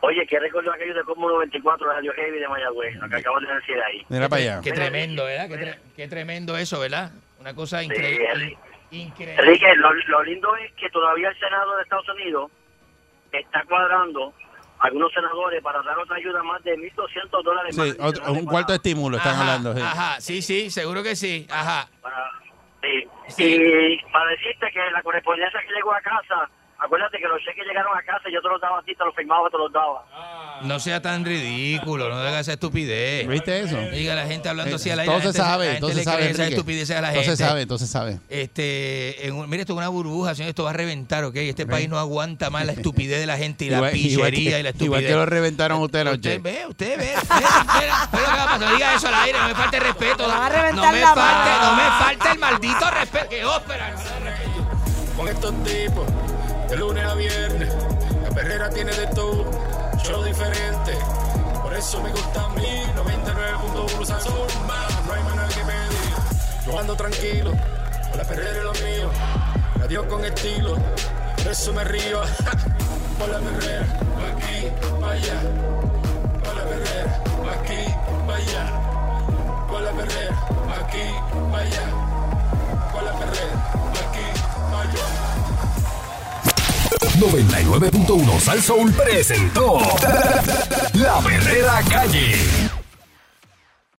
Oye, que recuerdo aquello de Como 94 Radio Heavy de Mayagüez, lo que acabo de decir ahí.
Mira para allá.
Qué tremendo, ¿verdad? Qué, tre- qué tremendo eso, ¿verdad? Una cosa increíble.
Enrique, lo, lo lindo es que todavía el Senado de Estados Unidos está cuadrando a algunos senadores para dar otra ayuda más de 1.200 dólares más.
Sí, otro- un cuarto de estímulo están hablando. sí.
Ajá, sí, sí, seguro que sí. Ajá.
Sí. Y para decirte que la correspondencia que llegó a casa, acuérdate que los cheques llegaron a casa y yo te los daba a ti, te los firmaba, te los daba.
No sea tan ridículo, no hagas esa estupidez.
¿Viste eso?
Diga la gente hablando así al aire. la
Entonces
gente- la
sabe,
gente
entonces
le
sabe.
cree esas
Enrique.
estupideces a la
Entonces
gente.
sabe, entonces sabe.
Este, en un- mire, esto es una burbuja, señor, esto va a reventar, ¿ok? Este país no aguanta más la estupidez de la gente y la
Igual- igual
pichería
que-
y la estupidez.
Igual que lo reventaron ustedes noche.
ve, usted ve, usted ve, ve lo que va a pasar. No diga eso al aire, no me falte el respeto.
Te van a
no
reventar
me
la
falte,
mano.
no me falte el maldito respeto. Que ópera.
Con estos tipos, de lunes a viernes, la perrera tiene de todo, show diferente. Por eso me gusta a mí, 99.1 Sazón, más, no hay manera que pedir. Yo ando tranquilo, con la perrera y los míos, adiós con estilo, por eso me río. Por la perrera, pa' aquí, pa' allá. Por la perrera, pa' aquí, pa' allá. Por la perrera, pa' aquí, pa' allá. Por la perrera, pa' aquí, pa' allá.
99.1 Sal Soul presentó La Verdadera Calle.